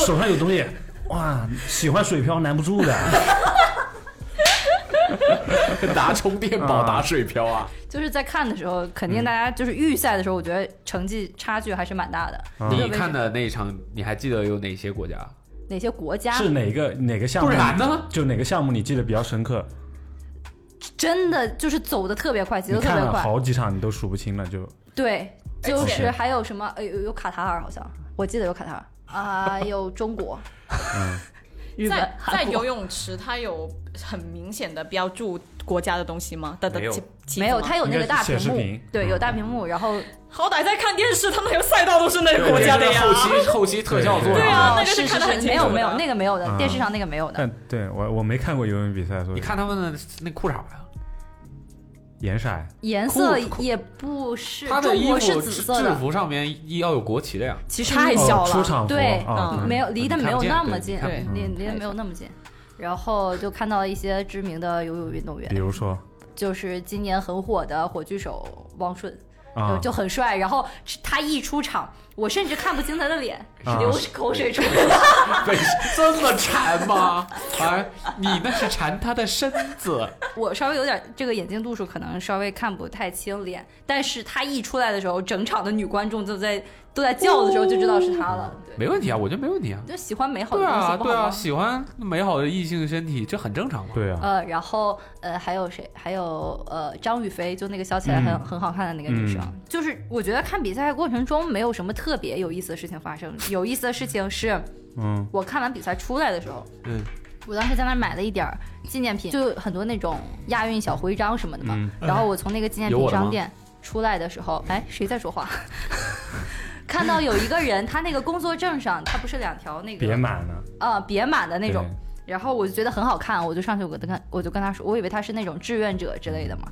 手上有东西，哇，喜欢水漂难不住的，拿充电宝啊打水漂 [laughs] 啊！就是在看的时候，肯嗯定大家就是预赛的时候，我觉得成绩差距还是蛮大的。啊特别你是看的那一场，你还记得有哪些国家？哪些国家是哪个哪个项目？不然呢？就哪个项目你记得比较深刻？真的就是走的特别快，节你奏特看别了快。好几场，你都数不清了，就对，就而且是还有什么？呃，有有卡塔尔好像，我记得有卡塔尔啊，有中国，嗯日本在，在韩游国。泳池，它有很明显的标注国家的东西吗？的的没有旗旗子吗没有，它有那个大屏应该是显幕示屏，对，嗯有大屏幕，然后好歹在看电视，他们有赛道都是那个国家的呀。后期后期特效做对的。哦啊那个是是看得很是清没有楚的没有那个没有的，啊电视上那个没有的但，对我我没看过游泳比赛，所你以看他们的那裤衩啊呀，颜色哎颜色酷也不是，他的中衣国服是紫色制的，服上面要有国旗 [laughs] 的呀。其实太没有小哦出场服对啊嗯没有离得没有那么近你看不，见离离得没有那么近。然后就看到了一些知名的游泳运动比员，如说就是今年很火的火炬手汪顺，啊就，就很帅。然后他一出场，我甚至看不清他的脸，啊流口水出来。被这么馋吗？啊，你那是馋他的身子。 [laughs] 我稍微有点这个眼睛度数，可能稍微看不太清脸。但是他一出来的时候，整场的女观众都在都在叫的时候，就知道是他了。对，没问题啊，我觉得没问题啊。就喜欢美好的对东西，啊，不对好啊，吗？喜欢美好的异性身体，这很正常嘛。对啊，呃，然后呃，还有谁？还有呃，张雨霏，就那个小起来很、嗯很好看的那个女生。就是我觉得看比赛的过程中没有什么特别有意思的事情发生，有意思的事情是嗯我看完比赛出来的时候，嗯，我当时在那儿买了一点儿纪念品，就很多那种亚运小徽章什么的嘛。然后我从那个纪念嗯有我品的吗商店出来的时候，哎，谁在说话？ [laughs] 看到有一个人，他那个工作证上，他不是两条那个别满了呃别满的那种对，然后我就觉得很好看，我就上去我跟他我就跟他说，我以为他是那种志愿者之类的嘛，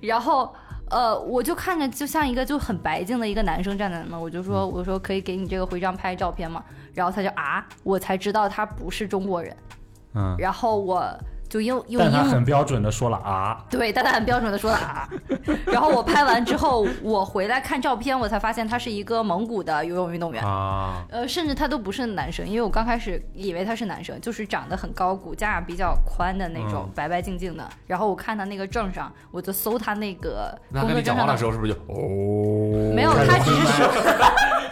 然后呃我就看着就像一个就很白净的一个男生站在那嘛，我就嗯说我说可以给你这个徽章拍照片吗？然后他就啊，我才知道他不是中国人，嗯，然后我就用用但他英很文。标准的说了啊，对，但他很标准的说了啊，然后我拍完之后，我回来看照片，我才发现他是一个蒙古的游泳运动员。啊，呃，甚至他都不是男生，因为我刚开始以为他是男生，就是长得很高，骨架比较宽的那种，嗯白白净净的。然后我看他那个证上，我就搜他那个那工跟作你证讲上话的的时，候是不是就哦，没有，他只是说，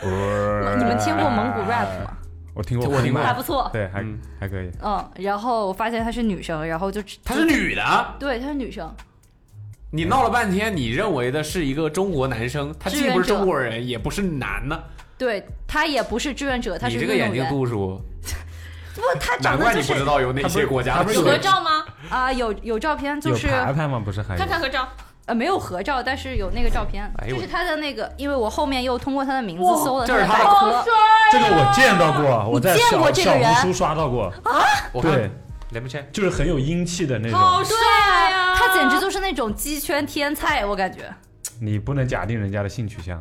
说你们听过蒙古哎 rap 吗？我听过，我听过还不错，对，还嗯还可以。嗯。然后我发现她是女生，然后就她是，女的？啊对，她是女生，你嗯闹了半天，你认为的是一个中国男生，他既不是中国人，也不是男的，对他也不是志愿者，他你是这个运眼动睛员。度数，不，他难长怪得你就 [laughs] 不知是道有哪他不些是国家他不有是合照吗？啊，有有照片，就是有牌牌吗？不是还有看看合照，呃没有合照，但是有那个照片，哎就呦我是他的那个，因为我后面又通过他的名字搜了这是的他百的科。这个我见到过，我在见小过这个小人红书刷到过，我看对， ，Let me check，就是很有英气的那好种，帅对呀！啊，他简直就是那种鸡圈天菜，我感觉。你不能假定人家的性取向。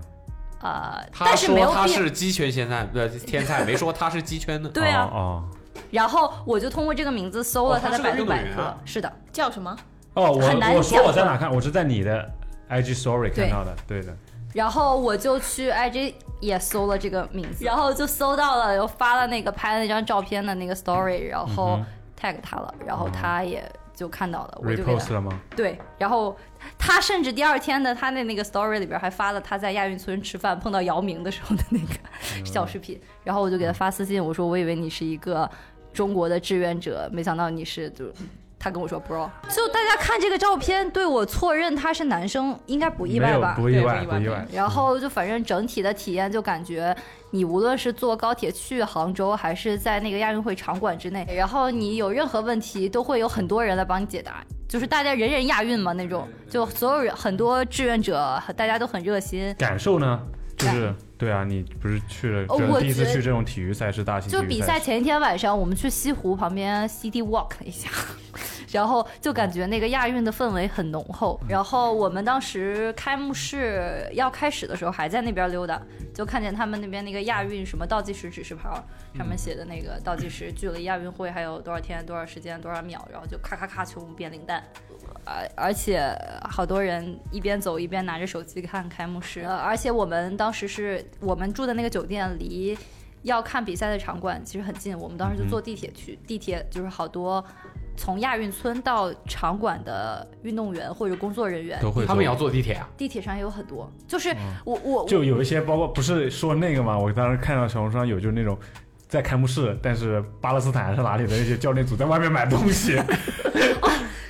啊，他但是没说有他必要。是鸡圈现在呃天 [laughs] 菜，没说他是鸡圈的。对啊哦然后我就通过这个名字搜了哦他他的是百个度运动百员科啊。是的，叫什么？哦，哦很难我我说讲我在哪看，我是在你的 IG story 看到的，对的。然后我就去 IG 也搜了这个名嗯字，然后就搜到了，又发了那个拍的那张照片的那个 story，然嗯嗯后 tag 他了，然后他也就看到了，我就给他 repost 了吗？对，然后他甚至第二天的他的那个 story 里边还发了他在亚运村吃饭碰到姚明的时候的那嗯个小视频，然后我就给他发私信，我说我以为你是一个中国的志愿者，没想到你是就。他跟我说 bro，就大家看这个照片，对我错认他是男生应该不意没外有吧？不意对外，不不意意外外。然后就反正整体的体验就感觉，你无论是坐高铁去杭州，还是在那个亚运会场馆之内，然后你有任何问题，都会有很多人来帮你解答。就是大家人人亚运嘛那种，就所有人很多志愿者，大家都很热心。感受呢？就是对啊，你不是去了哦这我第一觉次得去这种体育赛事，大型就体育比赛赛事前一天晚上，我们去西湖旁边 City Walk 了一下，然后就感觉那个亚运的氛围很浓厚。然后我们当时开幕式要开始的时候，还在那边溜达，就看见他们那边那个亚运什么倒计时指示牌儿上面写的那个倒计时，距离亚运会还有多少天、多少时间、多少秒，然后就咔咔咔全部变零蛋。而而且好多人一边走一边拿着手机看开幕式，呃，而且我们当时是我们住的那个酒店离要看比赛的场馆其实很近，我们当时就坐地铁去，地铁就是好多从亚运村到场馆的运动员或者工作人员，都会他们也要坐地铁啊？地铁上也有很多，就是我我就有一些包括不是说那个嘛，我当时看到小红书上有就是那种。在开幕式，但是巴勒斯坦还是哪里的那些教练组在外面买东西，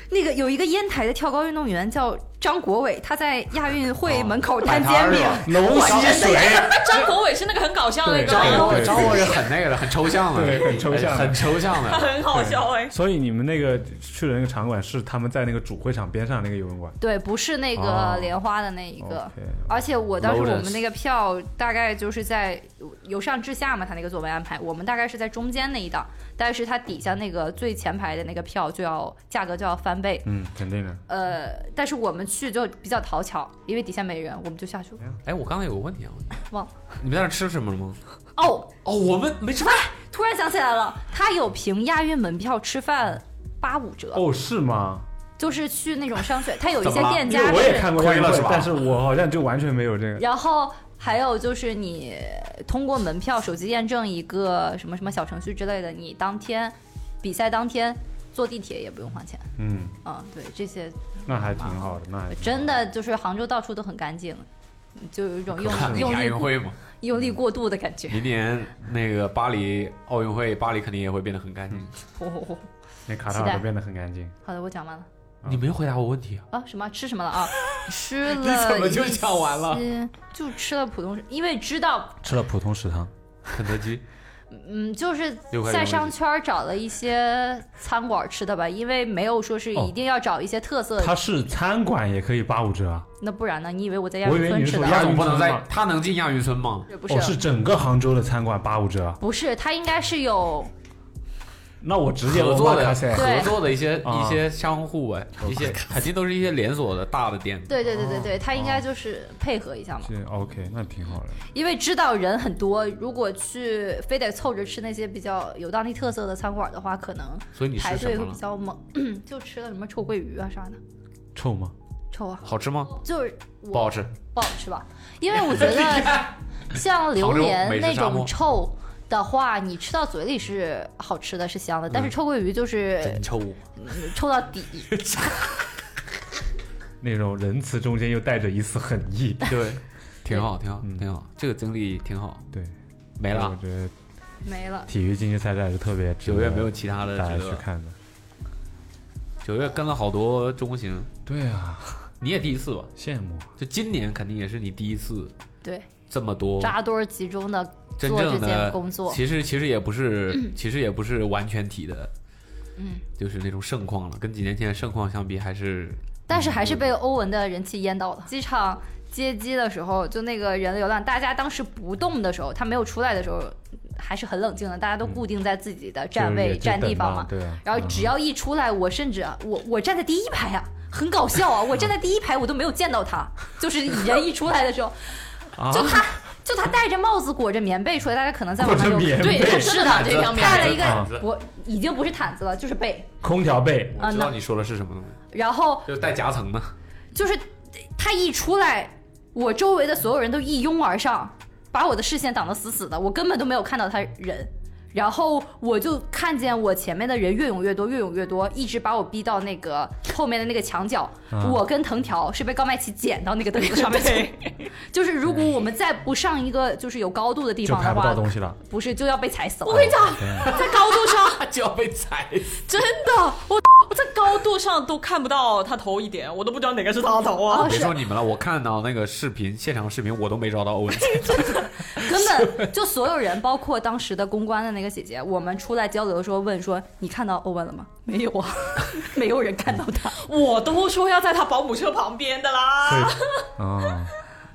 那个有一个烟台的跳高运动员叫张国伟，他在亚运会门口摊哦摆摊煎儿饼是吧，龙吸啊水，张国伟是那个很搞笑的那对张个国吗，对张国伟很那个的，很抽象的，哎对很抽象的很抽象他的。很好笑 [laughs] 哎。所以你们那个去的那个场馆是他们在那个主会场边上那个游泳馆。对，不是那哦个莲花的那一个。 OK，而且我当时 Lotus 我们那个票大概就是在由上至下嘛，他那个座位安排，我们大概是在中间那一档，但是它底下那个最前排的那个票就要价格就要翻倍。嗯，肯定的。呃，但是我们去就比较讨巧，因为底下没人，我们就下去了。哎，我刚刚有个问题啊，忘了你们在那吃什么了吗？哦，哦，我们没吃饭。突然想起来了，他有凭亚运门票吃饭八五折，哦，是吗？就是去那种商 [laughs] 圈，他有一怎些么了店因家为我也是看过亏亚运了会是吧但是我好像就完全没有这个。然后还有就是你通过门票、手机验证一个什么什么小程序之类的，你当天比赛当天坐地铁也不用花钱。嗯，嗯，对，这些那还挺好的，那还挺好真的就是杭州到处都很干净，就有一种用看力亚运用力会嘛，用力过度的感觉。 [laughs] 明年那个巴黎奥运会，巴黎肯定也会变得很干净。那卡期塔尔待都变得很干净。好的，我讲完了嗯你没有回答我问题啊？啊，什么吃什么了啊？吃了 [laughs] 你怎么就一些讲完了？就吃了普通，因为知道吃了普通食堂，肯德基，嗯，就是六块钱在我商记圈儿找了一些餐馆儿吃的吧，因为没有说是哦一定要找一些特色的它是餐馆也可以八五折啊。那不然呢？你以为我在亚我运以为村你是吃说的他 [laughs] 亚啊？运总不能村在吗他能进亚运村吗？不是、哦，是整个杭州的餐馆八五折。啊不是，它应该是有那我直接合作我的把它塞对合作的一些啊一些商户哎，一些肯定都是一些连锁的大的店。对对对对哦对，它应该就是配合一下嘛，是 OK，那挺好的。因为知道人很多，如果去非得凑着吃那些比较有当地特色的餐馆的话，可能所以你排吃队什会么比了？较猛， [coughs] 就吃了什么臭鳜鱼啊啥的，臭吗？臭啊，好吃吗？就是我不好吃。不好吃吧？因为我 [laughs] 觉得像榴杭州美莲食那沙种漠臭的话，你吃到嘴里是好吃的，是香的，但嗯是臭鳜鱼就是臭！臭到底。那种仁慈中间又带着一丝狠 [laughs] 意。对，挺好，挺好，嗯挺好。这个经历挺好，对，没我了。觉得 [laughs] 没了。体育竞技赛事还是特别值九得月没有其他的大家值去得。看的。九月跟了好多中行，对啊，你也第一次吧？羡慕。啊就今年肯定也是你第一次对，这么多扎堆儿集中的真做这正件的工作。其实其实也不是，其实也不是完全体的，嗯，就是那种盛况了。跟几年前的盛况相比，还是但是还是被欧文的人气淹到了。机场接机的时候，就那个人流量，大家当时不动的时候，他没有出来的时候，还是很冷静的，大家嗯都固定在自己的站位、站地方嘛。对啊，然后只要一出来，我甚至啊，我我站在第一排啊，很搞笑 [laughs] 啊，我站在第一排我都没有见到他，就是人一出来的时 [laughs] 候，啊就他就他戴着帽子裹着棉被出来，大家可能在网上裹着有棉被对，他是是的的，这条棉被盖了一毯个我已经不是毯子了，就是被，空调被啊我知道你说的是什么东西，然后就是带夹层的。 [laughs] 就是他一出来，我周围的所有人都一拥而上，把我的视线挡得死死的，我根本都没有看到他人。然后我就看见我前面的人越涌越多，越涌越多，一直把我逼到那个后面的那个墙角。嗯我跟藤条是被高麦奇捡到那个凳子上面去。 [laughs] 就是如果我们再不上一个就是有高度的地就方拍的不到话，东 [laughs] 西了。不是就要被踩死了。我跟你讲，在高度上 [laughs] 就要被踩 [laughs] 死。真的，我我在高度上都看不到他头一点，我都不知道哪个是他的头啊。哦，别是说你们了，我看到那个视频，现场视频我都没找 [laughs] 到欧文。根 [laughs] 本就所有人，包括当时的公关的那个姐姐，我们出来交流的时候问说：“你看到欧文了吗？”没有啊， [laughs] 没有人看到他。我都说要在他保姆车旁边的啦。对，啊，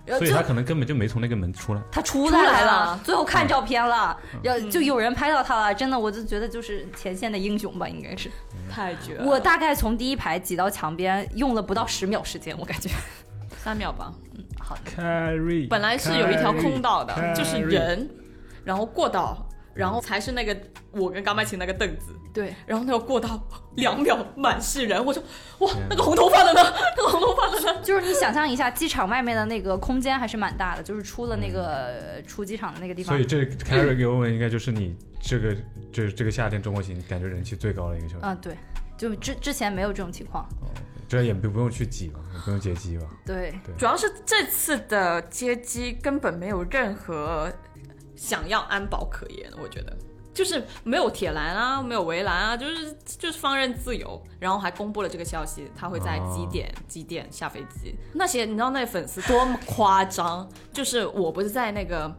然后所以就他可能根本就没从那个门出来。他 [laughs] 出出来来了嗯了，最后看照片了，然后就有人拍到他了。真的，我就觉得就是前线的英雄吧，应该是。太绝了！我大概从第一排挤到墙边，用了不到十秒时间，我感觉。三秒吧，好的， Carry，本来是有一条空道的， Carry，就是人，然后过道，然后才是那个我跟高麦琴那个凳子， [laughs] 对，然后那个过道两秒满是人，我说哇，那个红头发的呢？ [laughs] 那个红头发的呢？就是你想象一下，机场外面的那个空间还是蛮大的，就是出了那个呃出机场的那个地方所以，这 Carry 给我们应该就是你这个就是这个夏天中国行感觉人气最高的一个球队，嗯，对，就之之前没有这种情况，这也不不用去挤吧，也不用接机吧。对。主要是这次的接机根本没有任何想要安保可言，我觉得就是没有铁栏啊，没有围栏啊，就是就是放任自由。然后还公布了这个消息，他会在几点、几点下飞机。那些你知道那些粉丝多么夸张，就是我不是在那个。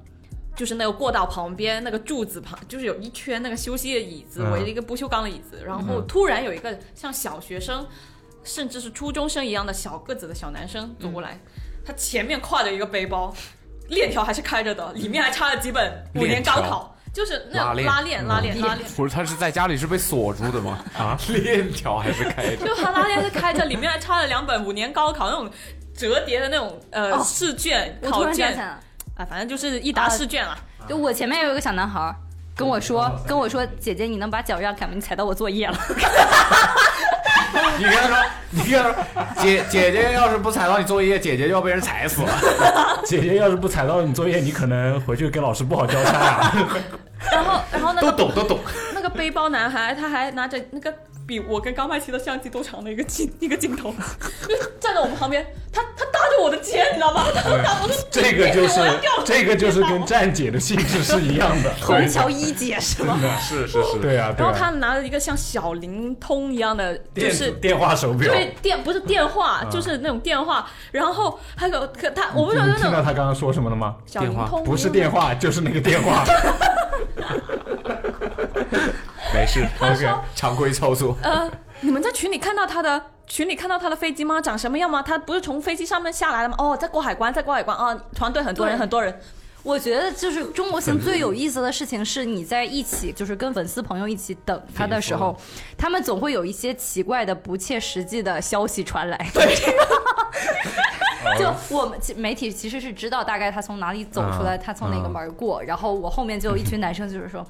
就是那个过道旁边那个柱子旁，就是有一圈那个休息的椅子，嗯围了一个不锈钢的椅子，然后突然有一个像小学生甚至是初中生一样的小个子的小男生走过来，他前面挎着一个背包，链条还是开着的，嗯里面还插了几本链条五年高考，就是拉那种链拉嗯链拉链拉链，不是，他是在家里是被锁住的吗？啊， [laughs] 链条还是开着？就他拉链是开着， [laughs] 里面还插了两本五年高考那种折叠的那种呃哦试卷我突考然想起来卷了，啊，反正就是一沓啊试卷了。就我前面有一个小男孩儿跟我说，跟我说，姐姐，你能把脚让开吗？你踩到我作业了。你跟他说， [laughs] 你跟他说， [laughs] 姐姐姐要是不踩到你作业，姐姐就要被人踩死了。 [laughs] 姐姐要是不踩到你作业，你可能回去跟老师不好交差啊。然后然后那个懂都懂， [laughs] 那个背包男孩，他还拿着那个比我跟高麦奇的相机都长的一个镜 [laughs] 一个镜头，就站在我们旁边，他他搭着我的肩，你知道吧？他搭我的肩这个就是我要掉这个就是跟站姐的性质是一样的。 [laughs] 虹桥一姐是吗？是是是，对啊，对然啊。后他拿了一个像小灵通一样的，就电是电话手表， [laughs] 对电不是电话，就是那种电话。然后还有可他，我不知道嗯你那听到种他刚刚说什么了吗？小灵电话通，不是电话，就是那个电话。没事说，OK，常规操作。呃，你们在群里看到他的群里看到他的飞机吗？长什么样吗？他不是从飞机上面下来了吗？哦，在过海关，在过海关啊、团队很多人，对很多人。我觉得就是中国行最有意思的事情是，你在一起就是跟粉丝朋友一起等他的时候，他们总会有一些奇怪的、不切实际的消息传来。对， [laughs] 就我们其媒体其实是知道大概他从哪里走出来，嗯他从哪个门儿过，然后我后面就有一群男生就是说。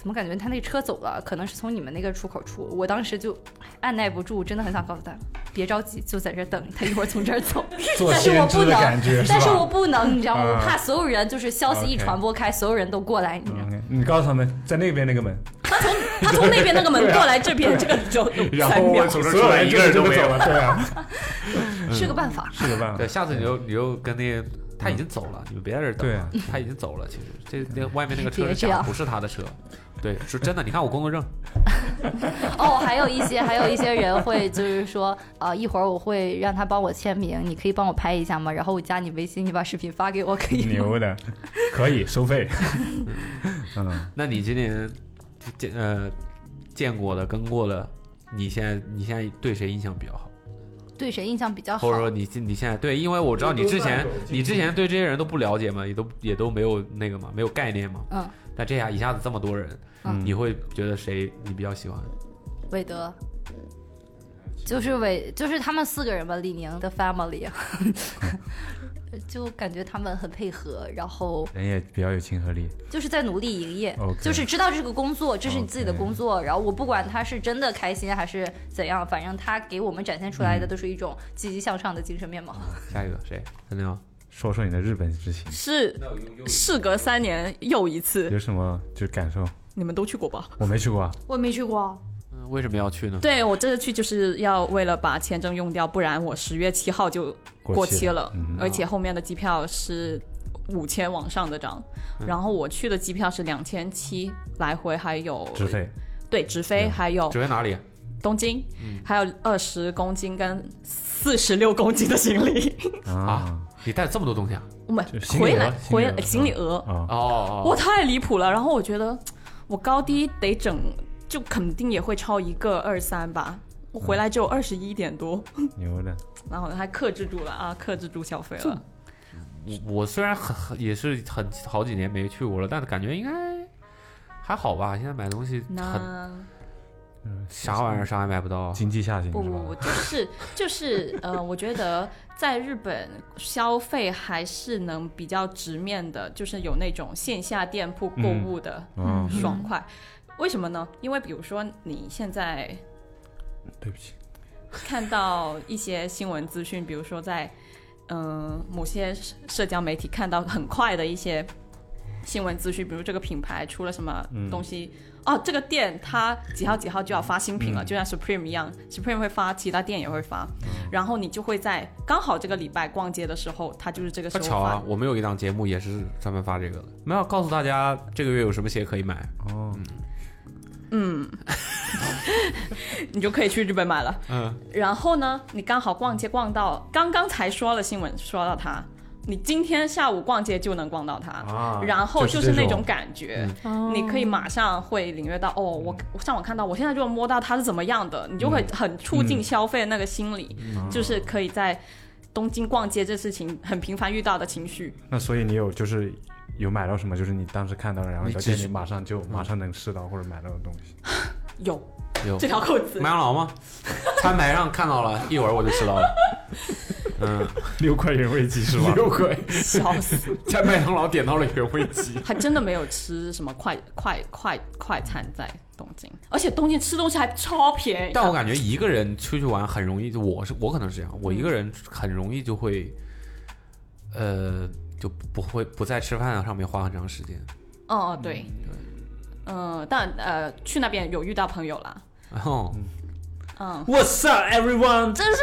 怎么感觉他那车走了？可能是从你们那个出口出。我当时就按耐不住，真的很想告诉他，别着急，就在这儿等，他一会儿从这儿走。做但是我先不知的感觉能，但是是我吧？不能，你知道吗？嗯我怕所有人就是消息一 OK 传播开，所有人都过来，你知道吗？嗯你告诉他们，在那边那个门，他从那边那个门过来这 [laughs] 边，这个就然三后秒我从这儿所有人出来一个人就都没有走了，对啊，是个办法。是个办法对，。下次你就你就跟那他已经走了，你们别在这儿等了，他已经走了。其实这那外面那个车别是这假的，样不是他的车。对，是真的。你看我工作证，嗯哦，还有一些还有一些人会就是说，啊，一会儿我会让他帮我签名，你可以帮我拍一下吗？然后我加你微信，你把视频发给我可以吗？牛的，可以收费。嗯，那你今年见呃见过的、跟过的，你现在你现在对谁印象比较好？对谁印象比较啊好或者？说你你现在对，因为我知道你之前你之前对这些人都不了解嘛，也都也都没有那个嘛，没有概念嘛。嗯。但这下一下子这么多人，嗯你会觉得谁你比较喜欢？韦德，就是韦，就是他们四个人吧，李宁的 [laughs] family，就感觉他们很配合，然后人也比较有亲和力。就是在努力营业 OK 就是知道这个工作，这是你自己的工作。然后我不管他是真的开心还是怎样，反正他给我们展现出来的都是一种积极向上的精神面貌。下一个谁？三六幺。说说你的日本之行，是事隔三年又一 [laughs] 次，有什么就感受？你们都去过吧？我没去过啊，我没去过，嗯为什么要去呢？对我这次去就是要为了把签证用掉，不然我十月七号就过期了，嗯而且后面的机票是五千往上的涨，然后我去的机票是两千七来回，还有直飞。嗯对直飞，还有只会哪里？东京，还有二十公斤跟四十六公斤的 [laughs] 行李，啊，你带了这么多东西啊？我们就行李额回来行李回额来行李额，啊哦哦，我太离谱了。然后我觉得我高低得整，就肯定也会超一个二三吧。我嗯回来只有二十一点多，牛的，然后还克制住了啊，克制住消费了。我我虽然很很也是很好几年没去过了，但是感觉应该还好吧。现在买东西很那啥玩意儿啥也买不到，经济下行不是不吧？不，就是 [laughs] 就是呃，我觉得在日本消费还是能比较直面的，就是有那种线下店铺购物的嗯，爽快。为什么呢？因为比如说你现在对不起，看到一些新闻资讯，比如说在嗯、呃某些社社交媒体看到很快的一些新闻资讯，比如这个品牌出了什么嗯东西，哦，这个店它几号几号就要发新品了，嗯就像 Supreme 一样，Supreme 会发，其他店也会发，然后你就会在刚好这个礼拜逛街的时候，它就是这个时不候巧发。啊，我们有一档节目也是专门发这个的，没有告诉大家这个月有什么鞋可以买。哦，你就可以去日本买了。嗯，然后呢，你刚好逛街逛到，刚刚才说了新闻说到它，你今天下午逛街就能逛到它，啊然后就是是这种那嗯种感觉，你可以马上会领略到哦，我我上网看到，我现在就摸到它是怎么样的，你就嗯会很促进消费那个心理，就是可以在。东京逛街这事情很频繁遇到的情绪，那所以你有就是有买到什么？就是你当时看到了，然后你你到只店里是马上就马上能试到或者买到的东西。有有这条扣子，麦当劳吗？餐牌上看到了，一会儿我就吃到了。嗯， [laughs] 六块原味鸡是 [laughs] 吧？六块笑死！在麦当劳点到了原味鸡。还真的没有吃什么快快快快餐在东京，而且东京吃东西还超便宜。但我感觉一个人出去玩很容易，我是我可能是这样，我一嗯个人很容易就会，呃，就不会不在吃饭啊上面花很长时间。哦、对，嗯、但呃，去那边有遇到朋友啦，然后，嗯， What's up, everyone？真是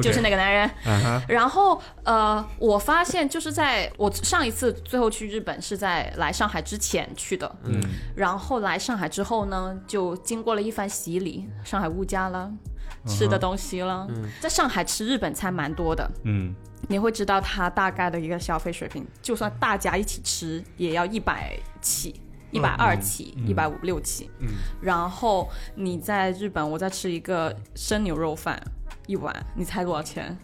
就是那个男人。啊然后呃，我发现就是在我上一次最后去日本是在来上海之前去的，嗯，然后来上海之后呢，就经过了一番洗礼，上海物价啦，吃的东西啦，在上海吃日本餐蛮多的，嗯，你会知道它大概的一个消费水平，就算大家一起吃，也要一百起。一百二起，一百五六起，嗯，然后你在日本，我再吃一个生牛肉饭一碗，你猜多少钱？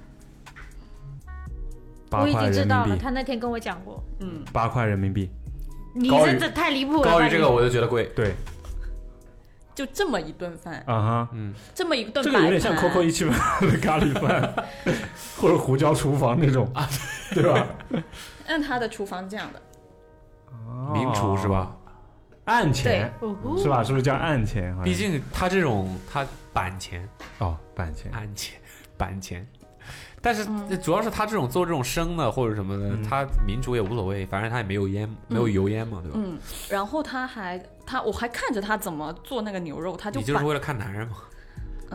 八已块经知人道民了，币，他那天跟我讲过，八块人民币，你高于真的太离谱了吧。高于这个你我就觉得贵。对，就这么一顿饭，啊哈，这么一顿这个白饭，有点像 Coco 一七八的咖喱饭， [laughs] 或者胡椒厨房那种，啊对吧？按他的厨房这样的，哦名厨是吧？暗钱是吧？是不是叫暗钱？好像毕竟他这种他板钱、哦，板钱，板钱、板钱，但是嗯主要是他这种做这种生的或者什么的，他民主也无所谓，反正他也没有烟，没有油烟嘛，对吧？嗯，然后他还他我还看着他怎么做那个牛肉，他就你就是把为了看男人嘛？嗯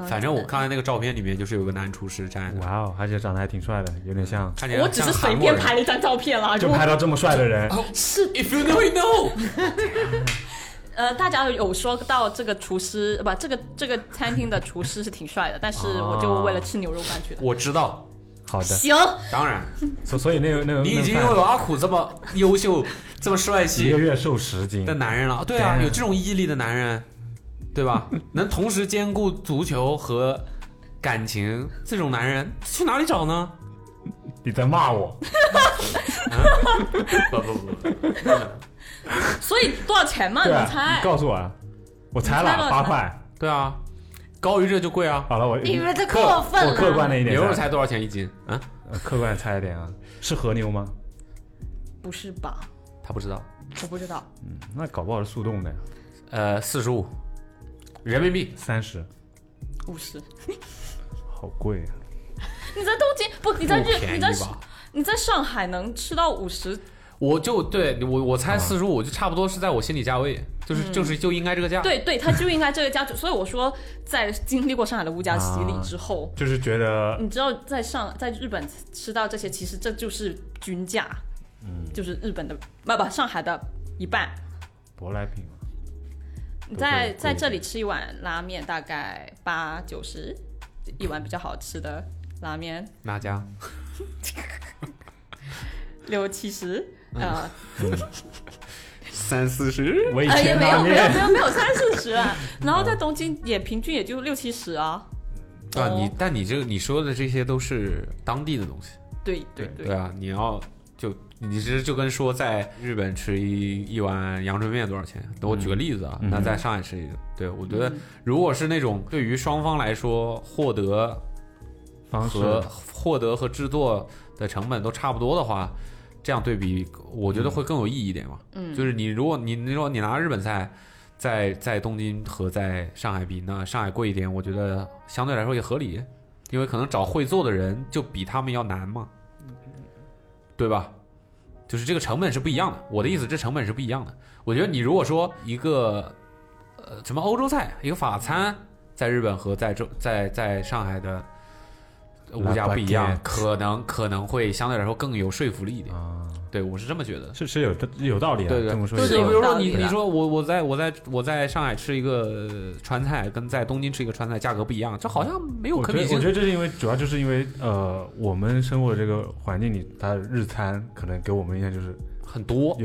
反正我刚才那个照片里面就是有个男厨师站在那，哇哦，而且长得还挺帅的，有点像，看起来我只是像韩随国便人拍了一张照片啦。就如果拍到这么帅的人，是 If you know, you know。呃，大家有说到这个厨师不，这个这个餐厅的厨师是挺帅的，但是我就为了哦吃牛肉饭去的。我知道，好的，行，当然，所所以那个那个你已经那个拥有阿苦这么优秀、 [laughs] 这么帅一气个月瘦十斤的，男人了。对啊， Damn 有这种毅力的男人，对 [laughs] 吧？能同时兼顾足球和感情，这种男人去哪里找呢？你在骂我？不不不，所以多少钱嘛？对啊，你猜你？告诉我啊，我猜你猜了了八块。对啊，高于这就贵啊。好了，我你们这客过分了我客观了一点牛猜，肉才多少钱一斤啊？呃客观猜一点啊，是和牛吗？不是吧？他不知道，我不知道。那搞不好是速冻的呀，呃，四十五人民币。三十，五十？好贵啊！你在东京不？你在不日？便你宜在吧你在上海能吃到五十？我就对我我猜四十五，就差不多是在我心理价位，就是就是就应该这个价。，嗯对对，他就应该这个价值。所以我说，在经历过上海的物价洗礼之后，就是觉得你知道在上在日本吃到这些，其实这就是均价，就是日本的不不上海的一半。舶来品嘛，你在贵在这里吃一碗拉面大概八九十，一碗比较好吃的拉面哪家？六七十，呃，三四十。我以呃也前没有拉没有没面有没有三四十啊，然后在东京也平均也就六七十啊。啊，哦你但你这个你说的这些都是当地的东西，对对对，对啊，你要就你这就跟说在日本吃一一碗阳春面多少钱？等我举嗯个例子啊，那在上海吃一个，对我觉得如果是那种对于双方来说获得方式和获得和制作的成本都差不多的话，这样对比，我觉得会更有意义一点嘛。嗯就是你如果你你说你拿日本菜在在东京和在上海比，那上海贵一点，我觉得相对来说也合理，因为可能找会做的人就比他们要难嘛，对吧？就是这个成本是不一样的。我的意思，这成本是不一样的。我觉得你如果说一个呃什么欧洲菜，一个法餐，在日本和在中在在上海的物价不一样 Baguette，可能可能会相对来说更有说服力一点。啊，对我是这么觉得的。是是有有道理的，啊对对，这么说对有是道理对，比如说道理你的你说我我在我在我在上海吃一个呃川菜，跟在东京吃一个川菜价格不一样，这好像没有我哎可觉比得我性觉。得这是因为主要就是因为呃，我们生活的这个环境里，它日餐可能给我们印象就是很多，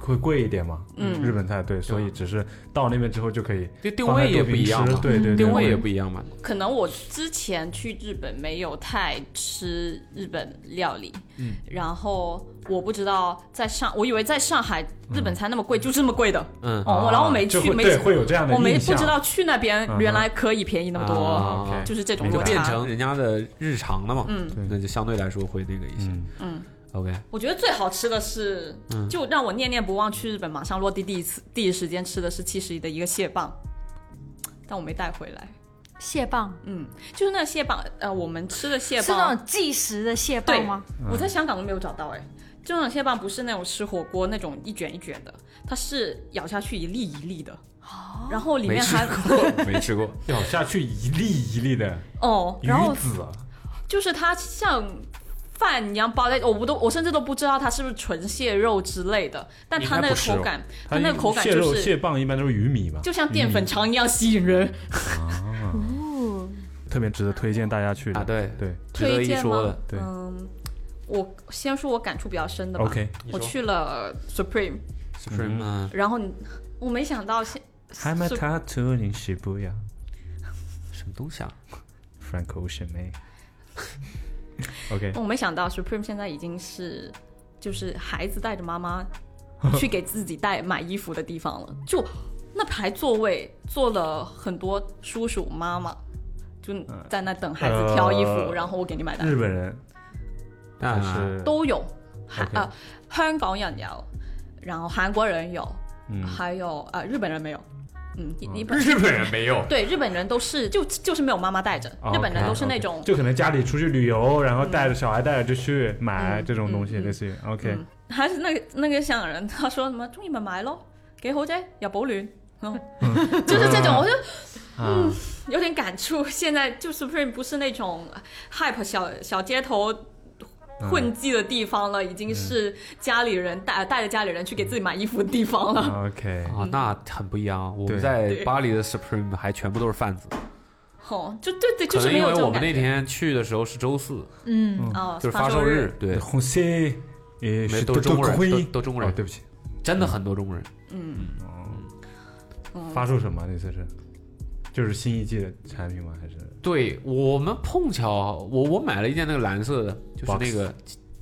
会贵一点嘛，嗯日本菜对，所以只是到那边之后就可以这定放在位也豆不饼一样吃嘛，嗯对对对，定位会也不一样嘛。可能我之前去日本没有太吃日本料理，嗯，然后我不知道在上，我以为在上海日本菜那么贵，就这么贵的，嗯，哦我然后我没嗯就去会没对会有这样的我没印不象知道去那边嗯哼原来可以便宜那么多，啊就是这种明白落变差成。人家的日常了嘛，嗯对那就相对来说会那个一些。嗯， OK，我觉得最好吃的是，就让我念念不忘去日本马上落地第一次第一时间吃的是七十一的一个蟹棒，但我没带回来。蟹棒嗯，就是那个蟹棒，呃，我们吃的蟹是那棒种计时的蟹棒吗？我嗯在香港都没有找到哎、就那种蟹棒不是那种吃火锅那种一卷一卷的，它是咬下去一粒一粒的，然后里没面吃还过，没吃过。咬下去一粒一粒的哦，然后鱼子啊，就是它像饭一样包在，我不都我甚至都不知道它是不是纯蟹肉之类的，但它应那该不个是哦口感，它它那个口感蟹肉就蟹嗯是棒一般都是鱼米嘛，就像淀粉肠一样吸引人。特别值得推荐大家去的啊对对值得推一荐说吗的，对嗯，我先说我感触比较深的吧。 ，OK，我去了 Supreme， Supreme，嗯，然后你我没想到现还买 Sup- 它图你是不要什么东西啊？ Frank Ocean 妹 [laughs] [laughs] ，OK，我没想到 Supreme 现在已经是，就是孩子带着妈 [laughs] 妈去给自己带买衣服的地方了。就那排座位坐了很多叔叔妈妈，就在那等孩子挑衣服，嗯呃然后我给你买单日，本人还但是啊都有，还 OK 呃香港人有，然后韩国人有，嗯哦还有呃日本人没有。嗯，你你本日本人没有，对日本人都是就就是没有妈妈带着，哦日本人 OK，都是那 OK 种就可能家里出去旅游，然后带着小孩带着就去买嗯这种东西，嗯嗯类似于 OK，嗯还是那个那个香港 [laughs] 人，他说什么中意咪买咯，几好啫，又保暖，嗯就是这种，我就啊，有点感触。现在就 Supreme 不是那种啊 hype 小小街头混迹的地方了，已经嗯是家里人带带着家里人去给自己买衣服的地方了。 OK，啊，那很不一样啊。我对们在巴黎的 Supreme 还全部都是贩子， [laughs] 哦，就对对，可就是能没因有为这我种们感那觉。天去的时候是周四，嗯，哦，就是发售售日，，对，红色，也没都是中国人，都都中国哦，人，对嗯不起，真的很多中国人。嗯发售什么那次是？就是新一季的产品吗？还是对我们碰巧，我我买了一件那个蓝色的，就是 Box 那个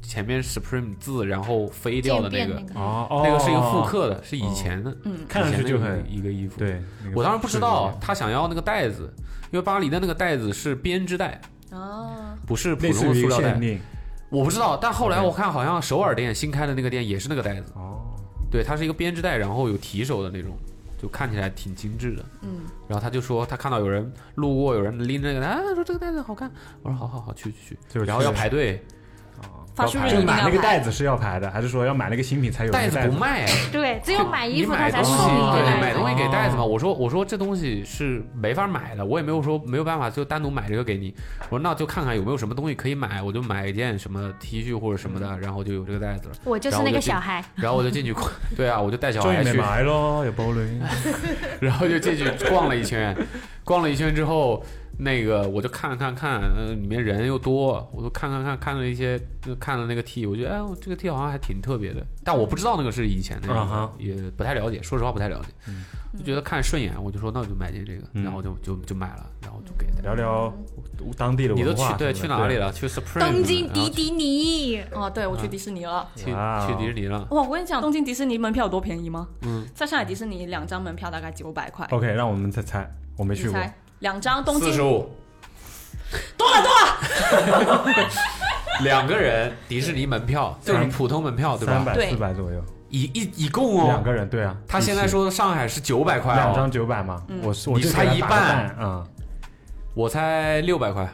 前面 Supreme 字然后飞掉的渐那变个，个，哦哦，那个是一个复刻的，是以前的，嗯，看上去就很以前的一个衣服。，对。那个我当时不知设道计他想要那个袋子，因为巴黎的那个袋子是编织袋，哦，不是普类似通的塑于料限袋。定我不知道，但后来我看好像首尔店新开的那个店也是那个袋子，哦，对，它是一个编织袋，然后有提手的那种，就看起来挺精致的。嗯，然后他就说他看到有人路过，有人拎着那个袋，啊，说这个袋子好看，我说好好好，去去就是去，哦然后要排队，发售日要排一就定队要买那个排袋子是要排的，还是说要买那个新品才有那袋个子袋不？卖，啊 [laughs] 对，只有买衣你服买他才东西送你个一袋子对，个买东西给袋子嘛。哦我说我说这东西是没法买的，我也没有说没有办法就单独买这个给你。我说那就看看有没有什么东西可以买，我就买一件什么 T 恤或者什么嗯的，然后就有这个袋子了。我就是那个小孩，然后我就进去， [laughs] 对啊，我就带小终于孩没去，买咯，有包 [laughs] 了。然后就进去逛了一圈，逛了一圈之后，那个我就看了看看，呃，里面人又多，我就看看看看了一些，就看了那个 T，我觉得哎，我这个 T 好像还挺特别的，但我不知道那个是以前的，啊哈也不太了解，说实话不太了解，嗯就觉得看顺眼，我就说那我就买件这个，嗯然后就就就买了，然后嗯就给他。聊聊当地的你都文去化什么的。对去哪里？了？去 Supreme，东京了迪，迪尼，哦，对，我去迪士尼了。然哇后哦去去迪士尼了。哇，我跟你讲，东京迪士尼门票有多便宜吗？嗯，在上海迪士尼两张门票大概九百块， OK，让我们再猜，我没去你过。猜两张东京五，多了多了， [laughs] 两个人迪士尼门票就是普通门票对三吧？百对四百左右，一一一共哦，两个人对啊。他现在说的上海是九百块、哦，两张九百嘛，嗯我是我你就猜给一他打半个半啊，我猜六百块，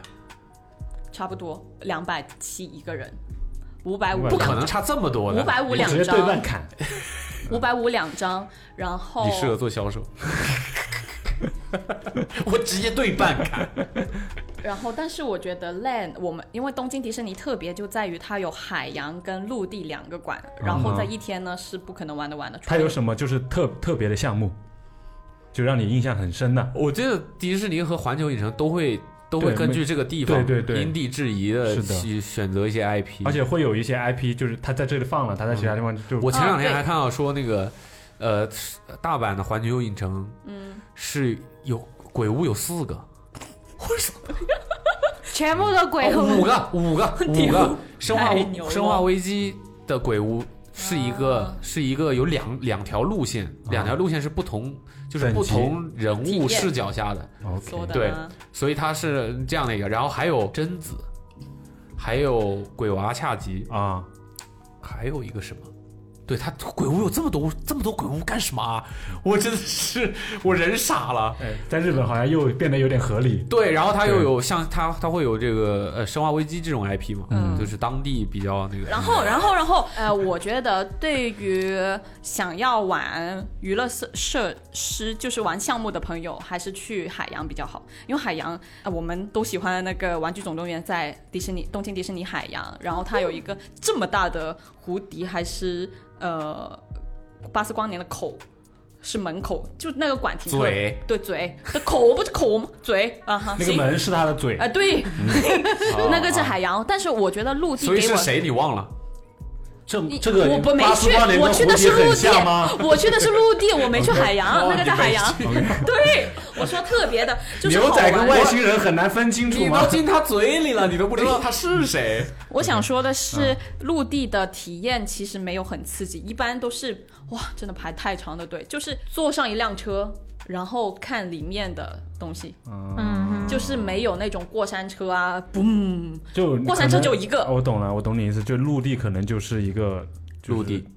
差不多两百七一个人，五百五不不可能差这么多的。五百五我两直接对半张，砍。五百五两张，然后你适合做销售。 [laughs] 我直接对 [laughs] 半砍。然后，但是我觉得 land 我们因为东京迪士尼特别就在于它有海洋跟陆地两个馆，然嗯后在一天呢是不可能玩得完的。他有什么就是特特别的项目，就让你印象很深的？我记得迪士尼和环球影城都会都会对根据没这个地方对对对因地制宜的是的去选择一些 IP。而且会有一些 IP，就是他在这里放了，他在其他地方就我前两天啊对还看到说那个呃大阪的环球影城，嗯，是有鬼屋有四个。全部都鬼哦五屋，个，五 [laughs] 个，五个。生化太牛了嗯生化危机的鬼屋是一个是一个有两两条路线，两条路线是不同，就是等级不同人体物验视角下的，说 OK 的啊对呢，所以它是这样的一个。然后还有贞子，还有鬼娃恰吉，啊，还有一个什么？对他鬼屋有这么多这么多鬼屋干什么啊？我真的是我人傻了。哎，在日本好像又变得有点合理。对，然后它又对有像它它会有这个呃生化危机这种 IP 嘛，嗯就是当地比较那个。然后，然后，然后，呃，我觉得对于想要玩娱乐设设施，就是玩项目的朋友，还是去海洋比较好，因为海洋，呃、我们都喜欢那个《玩具总动员》在迪士尼东京迪士尼海洋，然后它有一个这么大的湖底，还是呃巴斯光年的口。是门口，就那个管挺特嘴对嘴的口不是口吗？嘴啊哈，那个行啊、门是他的嘴，对，那个是啊海洋，但是我觉得陆地所以给是我谁你忘了？这你这个我我没巴斯去光，年我跟去蝴的是蝶陆很像吗？ [laughs] 地，我去的是陆地，我没去海洋，那个在海洋哦。 [laughs] 对，我说特别的，就是牛好仔跟玩。外星人很难分清楚你吗都？进他嘴里了，你都不 [laughs] 知道他是谁。我想说的是，陆地的体验其实没有很刺激，一般都是哇，真的排太长的队，就是坐上一辆车，然后看里面的东西，啊嗯，就是没有那种过山车啊，嘣，就过山车就一个可能我懂了，我懂你意思，就陆地可能就是一个就是陆地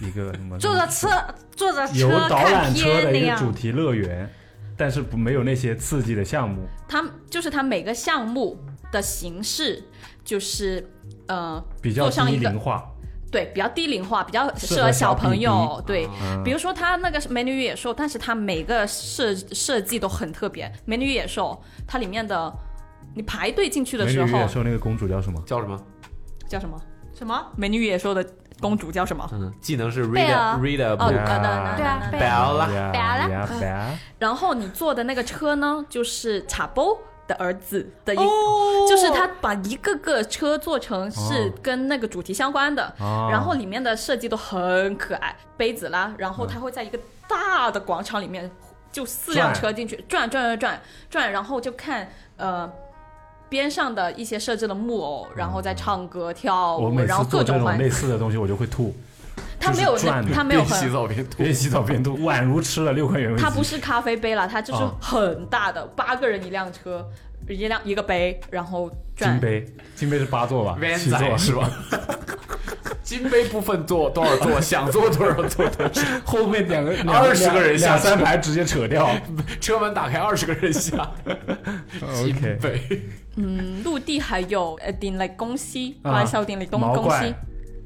一个什 [laughs] 么坐着车坐着有车导看览车片的那一个主样，题乐园，但是不没有那些刺激的项目。它就是它每个项目的形式就是呃，比较坐上低一个龄化，对比较低龄化，比较适适合合小小朋友。 BB 啊对，嗯比如说它那个《美女与野兽》，但是它每个设设计都很特别，《美女与野兽》它里面的你排队进去的美女时与候野兽那个公主叫什么？叫什么？叫什么？什么？ 《美女与野兽》的公主叫什么？嗯，技能是贝 read 尔 read 哦，呀啊那那对啊，贝尔 bell 啦，呀白了呀 [laughs] 白然后你坐的那个车呢，就是查波的儿子的一，就是他把一个个车做成是哦跟那个主题相关的，哦然后里面的设计都很可爱，杯子啦，然后他会在一个大的广场里面，就四辆转车进去转转转转转，然后就看呃。边上的一些设置的木偶，然后在唱歌、跳我舞，每然后次做各这种种玩类。似的东西，我就会吐， [laughs] 他没有就是转，的 [laughs] 他没有边洗很，澡边吐边洗澡边吐，宛如吃了六块原味鸡。它不是咖啡杯啦，它就是哦很大的，八个人一辆车，一辆一个杯，然后转金。杯，金杯是八座 [laughs] 吧？ ，van 七座仔 [laughs] 是？吧？金杯部分坐多少座，想坐多少坐多少，后面 [laughs] 两个两20个人下两去三排直接扯 [laughs] 掉。车门打开二十个人下。金 OK，杯嗯，陆地还有呃鼎力公西，啊关晓鼎力东毛公怪西、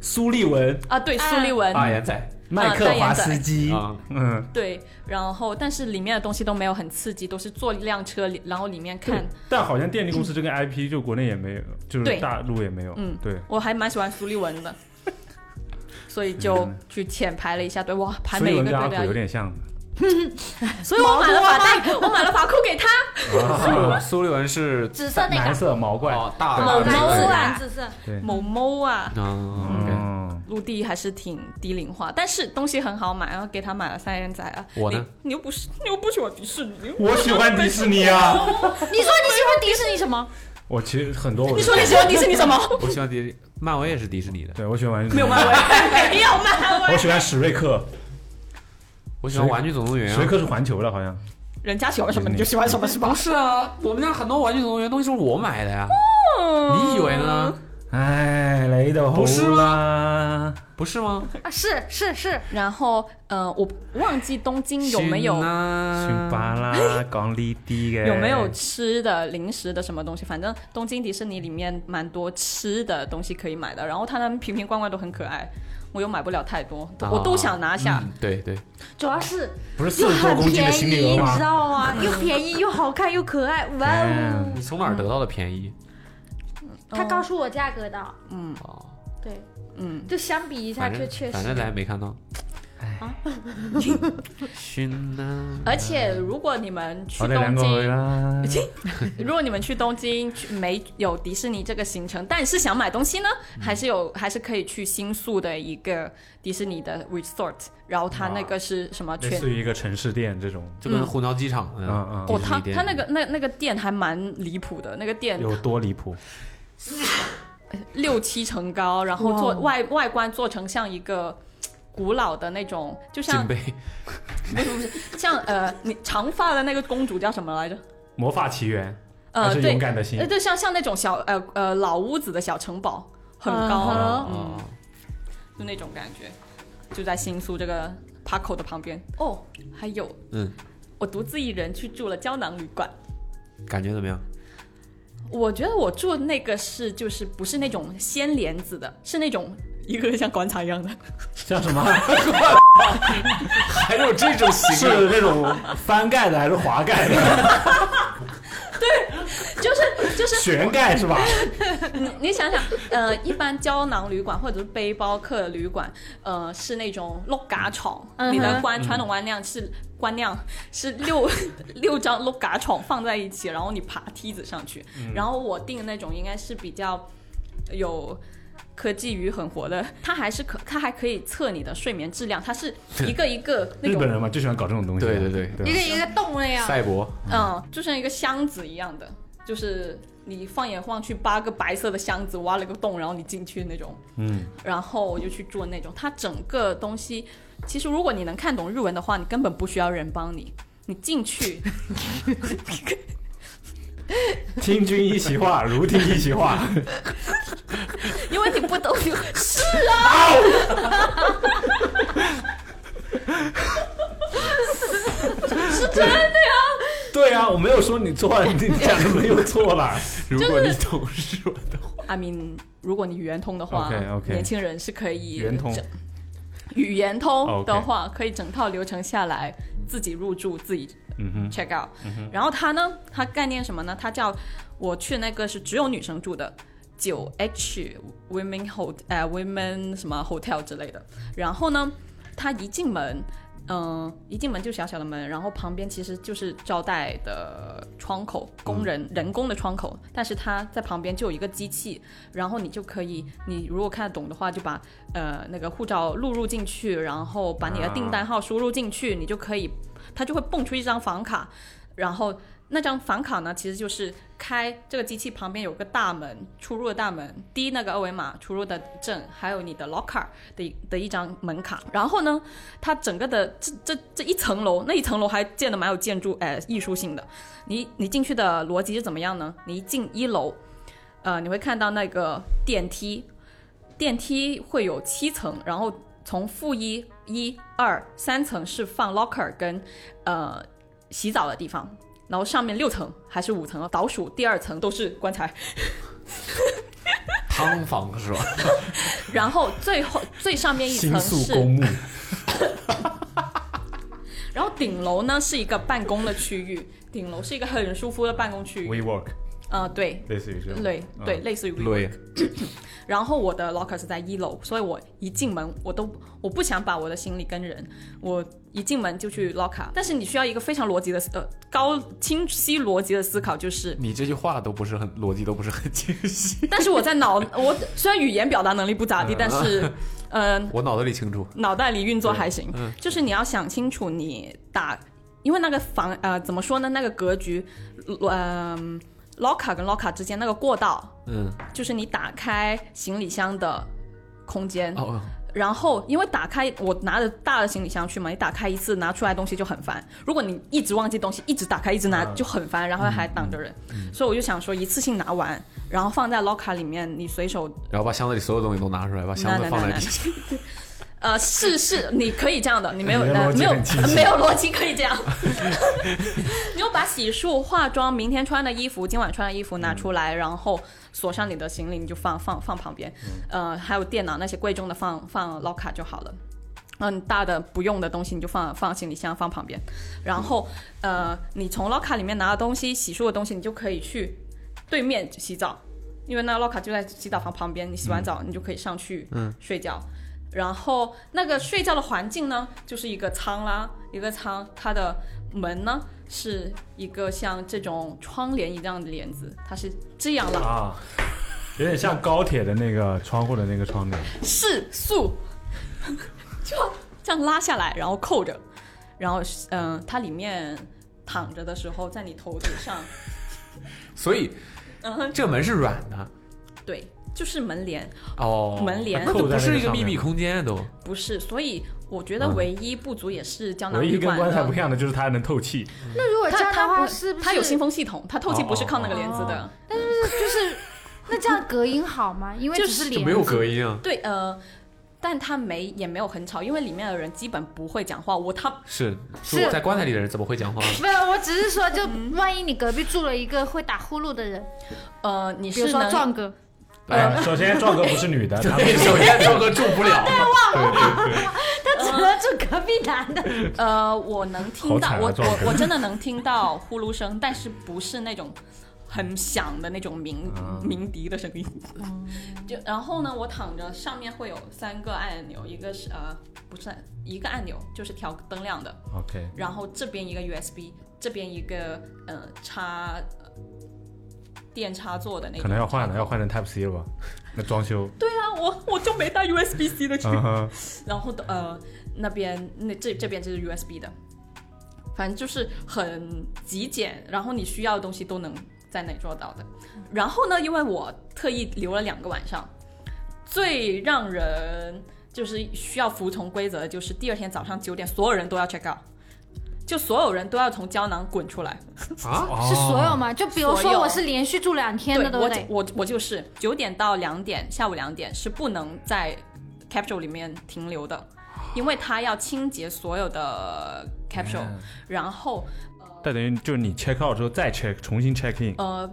苏利文、啊，对，苏立文，啊，严仔麦克华斯基，啊，嗯，对，然后但是里面的东西都没有很刺激，都是坐一辆车，然后里 [laughs] 面看。嗯但好像电力公司这个 IP 就国内也没有，就对是大陆也没有。嗯对。我还蛮喜欢苏立文的，所以就去浅排了一下队，哇，排苏每利一文个跟阿虎队都要有点像，所以我买了发带，我买了发裤给他。苏利文苏利文是紫色那蓝个色毛怪。哦大某大蓝猫啊色啊蓝紫色，对，某某啊， ，OK，嗯，陆地还是挺低龄化，但是东西很好买，然后给他买了三人仔啊。我呢你？你又不是，你又不喜欢迪士尼。我喜欢迪士尼啊。你说你喜欢迪士尼什么？我其实很多我都， [laughs] 你说你喜欢迪士尼什么？我喜欢迪，漫威也是迪士尼的，对我喜欢玩具没有漫威，没有漫 [laughs] 我威，喜欢史瑞克，我喜欢玩具总动员史啊瑞。克是环球的，好像。人家喜欢什么迪士尼你就喜欢什么，是吧？不是啊，我们家很多玩具总动员东西是我买的呀，你以为呢？哎，雷的不是吗？不是吗？啊，是是是，然后，呃，我忘记东京有没有信辛啊巴拉讲呢啲嘅，哎有没有吃的零食的什么东西，反正东京迪士尼里面蛮多吃的东西可以买的。然后它们瓶瓶罐罐都很可爱，我又买不了太多，我都想拿下。嗯对对，主要是不是四又十多很公斤的便行宜，李鹅你知吗？道吗？又 [laughs] 便宜又好看又可爱，哇哦！你从哪儿得到的便宜？他告诉我价格的，哦，对，嗯，就相比一下，反确正确反正实咱也没看到。熏呢？而且如果你们去好歹哦两东个京回，啦。如果你们去东京去没有迪士尼这个行程，但是想买东西呢，还是有还是可以去新宿的一个迪士尼的 resort，然后它那个是什么类全似于一个城市店这种，就跟虹桥机场一样，嗯嗯哦，迪士它尼店它那个那那个店还蛮离谱的，那个店有多离谱？六七层高，然后做外外观做成像一个。古老的那种，就 [laughs] 像金杯像呃，你长发的那个公主叫什么来着？魔法奇缘，还呃，是对勇，敢的心呃，，对，像像那种小呃呃老屋子的小城堡，很高，哦嗯啊嗯，就那种感觉，就在新宿这个 Paco 的旁边。哦，还有，嗯，我独自一人去住了胶囊旅馆。感觉怎么样？我觉得我住的那个是就是不是那种掀帘子的，是那种一个像广场一样的，像 [laughs] 什么？还有这种是形式？那种翻盖的还是滑盖 [laughs] 的？就是就是悬盖是吧？你你想想，呃，一般胶囊旅馆或者是背包客旅馆，呃，是那种碌嘎床，你的嗯观传统观念是观念是六 [laughs] 六张碌嘎床放在一起，然后你爬梯子上去。嗯然后我订的那种应该是比较有。科技与狠活的，它还是可，它还可以测你的睡眠质量，它 [laughs] 是一个一个那日本种，人嘛，就喜欢搞这种东西。啊对对对一对哦个吧，一个洞那样。赛博嗯，就像一个箱子一样的，就是你放眼望去，八个白色的箱子挖了个洞，然后你进去那种。嗯，然后我就去做那种。它整个东西，其实如果你能看懂日文的话，你根本不需要人帮你。你 [laughs] 进去，听君一席 [laughs] 话，如听一席话。因为你不懂，你就是啊，是真的呀。对啊，我没有说你错 [laughs] 啊，你讲的没有错 [laughs] 啦。如果你懂日文的话，阿明，如果你圆通的话 OK，OK 年轻人是可以圆通整语言通哦 OK 的话可以整套流程下来，自己入住，自己嗯哼， check out。然后它呢，它概念什么呢？它叫我去那个是只有女生住的九 H women hot 呃 women 什么 hotel 之类的。然后呢，它一进门。嗯，一进门就小小的门，然后旁边其实就是招待的窗口，工人、嗯人工的窗口，但是它在旁边就有一个机器，然后你就可以，你如果看得懂的话，就把呃那个护照录入进去，然后把你的订单号输入进去，你就可以，它就会蹦出一张房卡，然后那张房卡呢，其实就是开这个机器旁边有个大门，出入的大门，滴那个二维码出入的证，还有你的 locker 的的一张门卡。然后呢，它整个的这这这一层楼，那一层楼还建的蛮有建筑哎艺术性的。你你进去的逻辑是怎么样呢？你一进一楼，呃，你会看到那个电梯，电梯会有七层，然后从负一、一、二、三层是放 locker 跟呃洗澡的地方，然后上面六层还是五层啊？倒数第二层都是棺材，汤房是吧？然后最后最上面一新层宿是公墓，然后顶楼呢是一个办公的区域，顶楼是一个很舒服的办公区 WeWork 域。呃，对，类似于这种，类嗯对，类似于 WeWork 对，然后我的 locker 是在一楼，所以我一进门我都我不想把我的行李跟人，我一进门就去 locker。但是你需要一个非常逻辑的思呃高清晰逻辑的思考，就是你这句话都不是很逻辑，都不是很清晰。但是我在脑 [laughs] 我虽然语言表达能力不咋地，但是嗯、 [laughs] 我脑子里清楚，脑袋里运作还行，就是你要想清楚你打，因为那个房呃怎么说呢，那个格局，呃嗯、locker 跟 locker 之间那个过道，嗯，就是你打开行李箱的空间，哦，然后因为打开我拿着大的行李箱去嘛，你打开一次拿出来东西就很烦。如果你一直忘记东西，一直打开一直拿就很烦，然后还挡着人，所以我就想说一次性拿完，然后放在 locker 里面，你随手然后把箱子里所有东西都拿出来，把箱子放在地上。 [laughs] 呃，是是，你可以这样的，你没有你的逻呃辑没有很清晰没有逻辑可以这样， [laughs] 你就把洗漱、化妆、明天穿的衣服、今晚穿的衣服拿出来，然后锁上你的行李，你就放放放旁边，呃，还有电脑那些贵重的放放 locker 就好了。嗯，大的不用的东西你就放放行李箱放旁边，然后呃，你从 locker 里面拿的东西、洗漱的东西，你就可以去对面洗澡，因为那个 locker 就在洗澡房旁边，你洗完澡你就可以上去睡觉。然后那个睡觉的环境呢，就是一个仓啦，一个仓，它的门呢是一个像这种窗帘一样的帘子，它是这样的，啊，有点像高铁的那个窗户的那个窗帘，是素， [laughs] 就这样拉下来，然后扣着，然后嗯、它里面躺着的时候，在你头顶上，所以嗯哼，这门是软的对，就是门帘，哦，门帘那就不是一个秘密空间都。不是，所以我觉得嗯唯一不足也是胶囊唯一旅跟馆棺材的不一样的就是它能透气，那如果这它样的它话，不是不是它有新风系统，它哦透气不是靠那个帘子的。就是那这样隔音好吗？因为就只是是帘没有子隔音啊，对，呃，但它没也没有很吵，因为里面的人基本不会讲话。我他是是在棺材里的人怎么会讲话？没有，我只是说，就万一你隔壁住了一个会打呼噜的人，呃，你比如是说能壮哥，哎，首先壮哥不是女 [laughs] 的，他们 [laughs] 首先这个住不了，他只能住隔壁男的。呃，我能听好到，惨啊我壮我哥我真的能听到呼噜声，但是不是那种很响的那种鸣嗯鸣笛的声音。就然后呢，我躺着，上面会有三个按钮，一个是呃不是一个按钮，就是调灯亮的， OK，然后这边一个 USB，这边一个呃插呃电插座的那个。可能要换了，要换成 Type C 了吧？那装修，对啊，我我就没带 USB C 的去。嗯哼，然后的呃那边那这这边就是 USB 的，反正就是很极简，然后你需要的东西都能在那里做到的。然后呢，因为我特意留了两个晚上，最让人就是需要服从规则的就是第二天早上九点，所有人都要 check out。就所有人都要从胶囊滚出来，啊，是所有吗？就比如所说有我是连续住两天对的，对不我就对？我我就是九点到两点，下午两点是不能在 capsule 里面停嗯留的，因为它要清洁所有的 capsule，、然后呃但等于就是你 check out 之后再 check 重新 check in。呃，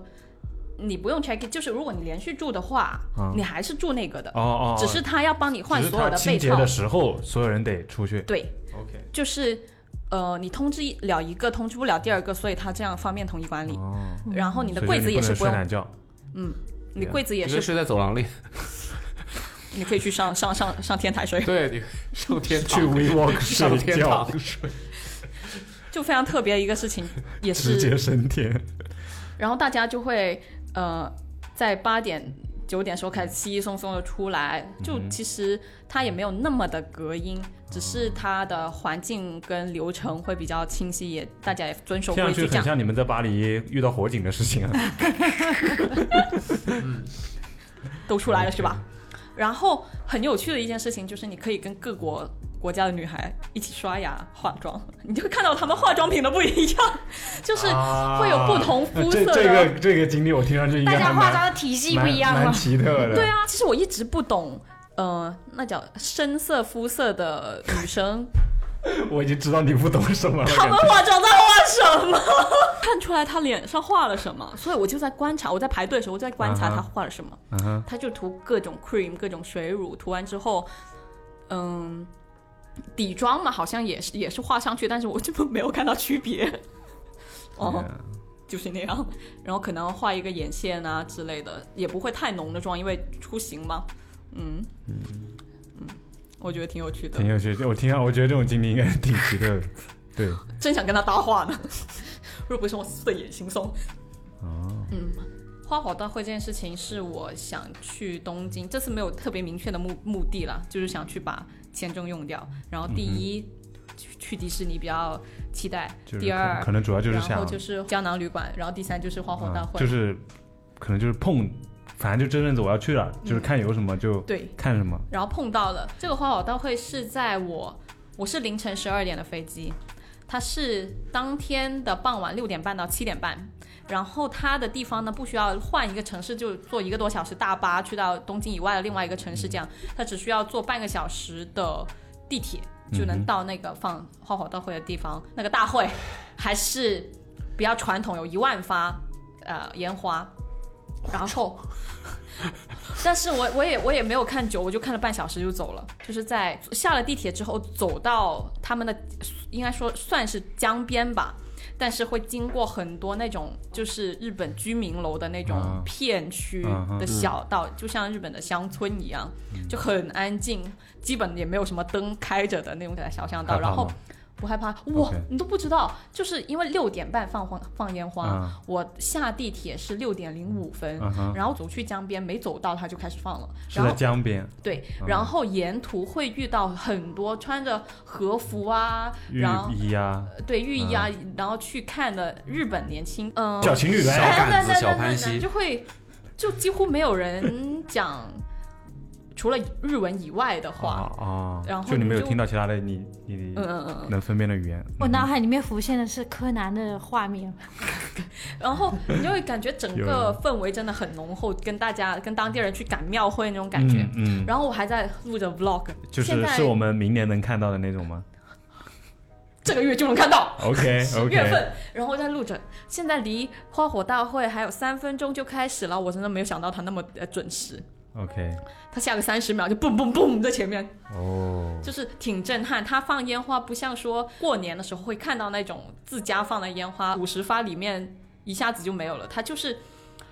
你不用 check，in，就是如果你连续住的话，嗯你还是住那个的，哦哦，哦只是他要帮你换只是所有它被清洁套。的时候，所有人得出去。对， OK，就是呃，你通知了一个，通知不了第二个，所以他这样方便统一管理。哦，然后你的所以柜就子也不是能不睡用，懒觉。你啊柜子也你可以是，睡在走廊里，你可以去上上上上天台睡， [laughs] 对，你上天去 WeWork 睡 [laughs] 上天觉，堂睡。就非常特别的一个事情，也直是接。升天。然后大家就会呃，在八点九点时候开始稀稀松松的出嗯来，就其实它也没有那么的隔音，只是它的环境跟流程会比较清晰，也大家也遵守听上规去矩这很样。像你们在巴黎遇到火警的事情啊。都出来了是吧？然后很有趣的一件事情就是，你可以跟各国国家的女孩一起刷牙、化妆，你就会看到她们化妆品的不一样，就是会有不同 [laughs] 肤色这的。啊这个这个经历我听上去应大该家还化蛮妆的体系不一样蛮了蛮。奇特的。啊对啊，其实我一直不懂，呃，那叫深色肤色的女 [laughs] 生，我已经知道你不懂什么了。她感们 [laughs] 觉化妆在画什么？ [laughs] 看出来她脸上画了什么，所以我就在观察，我在排队的时候我在观察啊哈她画了什么。嗯哼，他就涂各种 cream、各种水乳，涂完之后，嗯，底妆嘛，好像也是也是画上去，但是我根本没有看到区别。哦，就是那样。 [laughs] 然后可能画一个眼线啊之类的，也不会太浓的妆，因为出行嘛。嗯嗯我觉得挺有趣的挺，有趣。我听啊上，我觉得这种经历应该挺奇特的。对，真想跟他搭话呢。 [laughs] 如果不是我睡眼惺忪，哦，花火大会这件事情是我想去东京，这次没有特别明确的目目的啦，就是想去把签证用掉。然后第嗯一，去去迪士尼比较期待；就是第二可，可能主要就是然后想，就是胶囊旅馆；然后第三就是花火大啊会。就是可能就是碰，反正就这阵子我要去嗯了，就是看有什么就对，看什么。然后碰到了这个花火大会是在我我是凌晨十二点的飞机，它是当天的傍晚六点半到七点半。然后它的地方呢，不需要换一个城市，就坐一个多小时大巴去到东京以外的另外一个城市，这样它只需要坐半个小时的地铁就能到那个放花火大会的地方。那个大会还是比较传统，有一万发呃烟花，然后 [laughs] 但是我我也我也没有看久，我就看了半小时就走了，就是在下了地铁之后走到他们的应该说算是江边吧，但是会经过很多那种就是日本居民楼的那种啊嗯片区的小道，就像日本的乡村一样，就很安静，基本也没有什么灯开着的那种小巷道，害怕然后吗。不害怕哇 OK 你都不知道，就是因为六点半放花放烟花，啊我下地铁是六点零五分，嗯哼，然后走去江边，没走到它就开始放了。是然在后江边，对，嗯然后沿途会遇到很多穿着和服啊，浴然后衣嗯啊，对浴衣啊，然后去看的日本年轻，嗯、哎小情侣小来，杆等子等小等潘等西等，就会就几乎没有人讲除了日文以外的话。哦，然后就你没有你就听到其他的，你你嗯嗯嗯，嗯能分辨的语言。我脑海里面浮现的是柯南的画面，然后你就会感觉整有个氛围真的很浓厚，跟大家跟当地人去赶庙会那种感觉。嗯嗯，然后我还在录着 vlog，就是现在是我们明年能看到的那种 [laughs] 吗这个月就能看到。 ？OK 十 OK，月份，然后在录着。现在离花火大会还有三分钟就开始了，我真的没有想到它那么呃准时。 OK，它下个三十秒就嘣嘣嘣在前面，哦，就是挺震撼。它放烟花不像说过年的时候会看到那种自家放的烟花，五十发里面一下子就没有了，它就是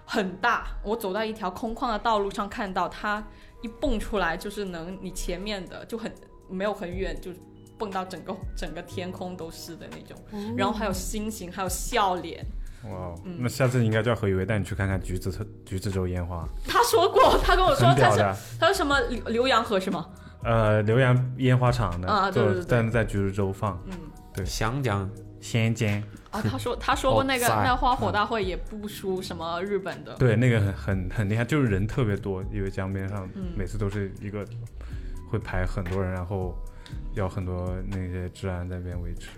很大。我走到一条空旷的道路上，看到它一蹦出来，就是能你前面的就很没有很远就。蹦到整个整个天空都是的那种，然后还有星星，还有笑脸，哇哦，嗯那下次你应该叫何宇威带你去看看橘子橘子洲烟花，他说过，他跟我说很他屌是的。他说什么浏浏阳河是吗？呃，浏阳烟花厂的，啊对对对嗯在在橘子洲放，想讲仙间，啊，他说他说过那个好赞那花火大会也不输什么日本的，对，那个很很很厉害，就是人特别多，因为江边上嗯每次都是一个会排很多人，然后要很多那些治安在那边维 [laughs] 持。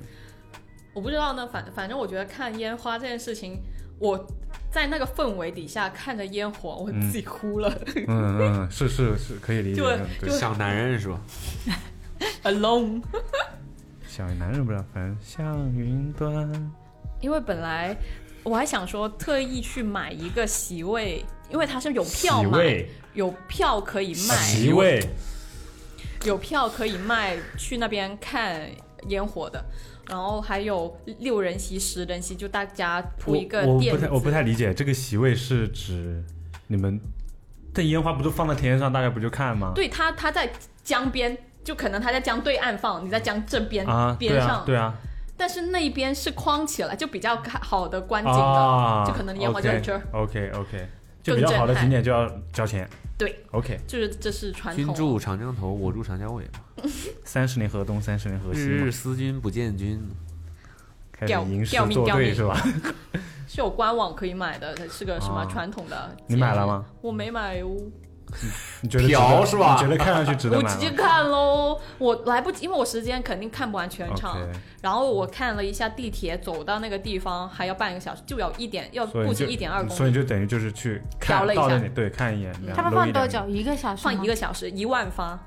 我不知道呢，反反正我觉得看烟花这件事情，我在那个氛围底下看着烟火，我自己哭了、 [laughs] 嗯嗯，是是是可以理解就的，对，想男人 [laughs] 是吧？ a l o n e 想男人不知道，反正像云端。因为本来我还想说特意去买一个席位，因为它是有票席买位，有票可以卖，席位，有票可以卖去那边看烟火的。然后还有六人席、十人席，就大家铺一个我我垫不子太。我不太理解这个席位是指你们，但烟花不就放在田野上，大家不就看吗？对他，他在江边，就可能他在江对岸放，你在江这边、啊，对边啊上，，对啊，但是那边是框起来，就比较看好的观景的，啊，就可能烟花就在这儿。 OK OK，就更比较好的震撼景点就要交钱。对，OK，就是这是传君统。住长江头，我住长江尾嘛。三十年河东，三十年河西日嘛嗯日，思君不见君，开始吊吟诗吊命作吊对命是吧？ [laughs] 是有官网可以买的，它是个什么啊传统的。你买了？吗？ [laughs] 我没买哦，你觉得值得嫖是吧你觉得看上去值得我买直接吗看喽。我来不及，因为我时间肯定看不完全场。 ？OK，然后我看了一下地铁，走到那个地方还要半个小时，就要一点，要所以步你行就一点二公所以里，你就等于就是去嫖看了一到下那里，对，看一眼。然他后们搂放一多点？久？一个小时？放一个，小时，一万发，哦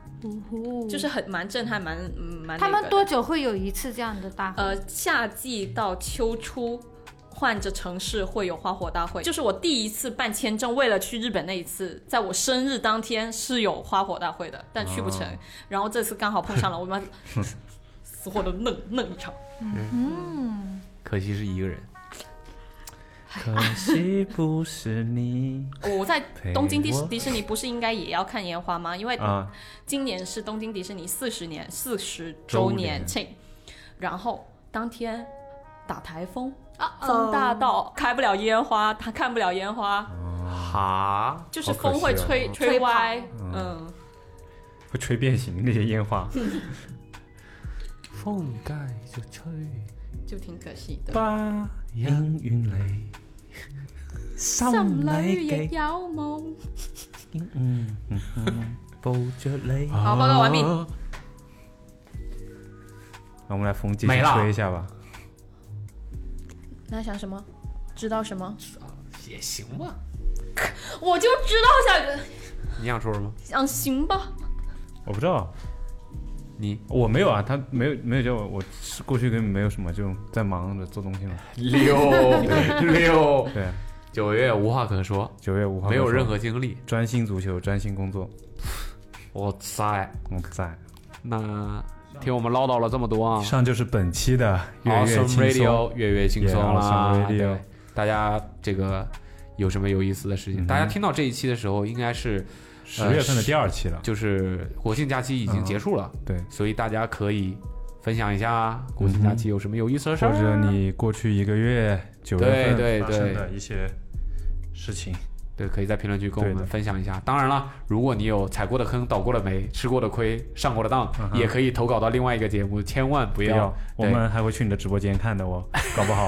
就是很蛮震撼，蛮嗯蛮那他个的。们多久会有一次这样的大火？呃，夏季到秋初，换着城市会有花火大会。就是我第一次办签证，为了去日本那一次，在我生日当天是有花火大会的，但去不成。啊然后这次刚好碰上了，我们死活都弄弄一场。可惜是一个人。可惜不是你 [laughs] 我在陪东京迪士我迪士尼不是应该也要看烟花吗？因为啊！今年是东京迪士尼四十年四十周周年年庆，然后当天打台风，哦风大到开不了烟花，他看不了烟花。啊哈，就是风会嗯吹、好可惜哦吹歪，嗯嗯，会吹变形那些烟 [laughs] 花。风盖着吹，就挺可惜的。巴音原嚟，心裏記，有梦。嗯嗯嗯，抱着你。啊好，报告完毕。那我们来冯姐没了吹一下吧。那想什么？知道什么？也行吧。我就知道想你想说什么？想行吧。我不知道，你我没有啊，他没有没有叫我，我是过去根本没有什么这种在忙着做东西嘛。六 [laughs] 六对，啊九月无话可说，九月五号没有的时候任何经历。专心足球，专心工作，哇塞，我不在。那听我们唠叨了这么多啊以上就是本期的月月 awesome 轻松。 radio 月月轻松 Yeah，啦 awesome，radio 对，大家这个有什么有意思的事情？嗯大家听到这一期的时候，应该是十月份的第二期了，就是国庆假期已经结束了，对，所以大家可以分享一下国庆假期有什么有意思的事儿，或者你过去一个月九月对对份发生对的一些事情。对，可以在评论区跟我对们的分享一下。当然了，如果你有踩过的坑、倒过的霉、吃过的亏、上过的当，嗯哼也可以投稿到另外一个节目，千万不不要要，我们还会去你的直播间看的哦，搞不 [laughs]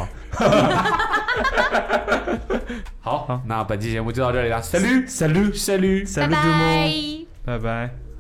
好。好。那本期节目就到这里了，salut salut salut。拜 Salut tout le monde，拜。拜拜。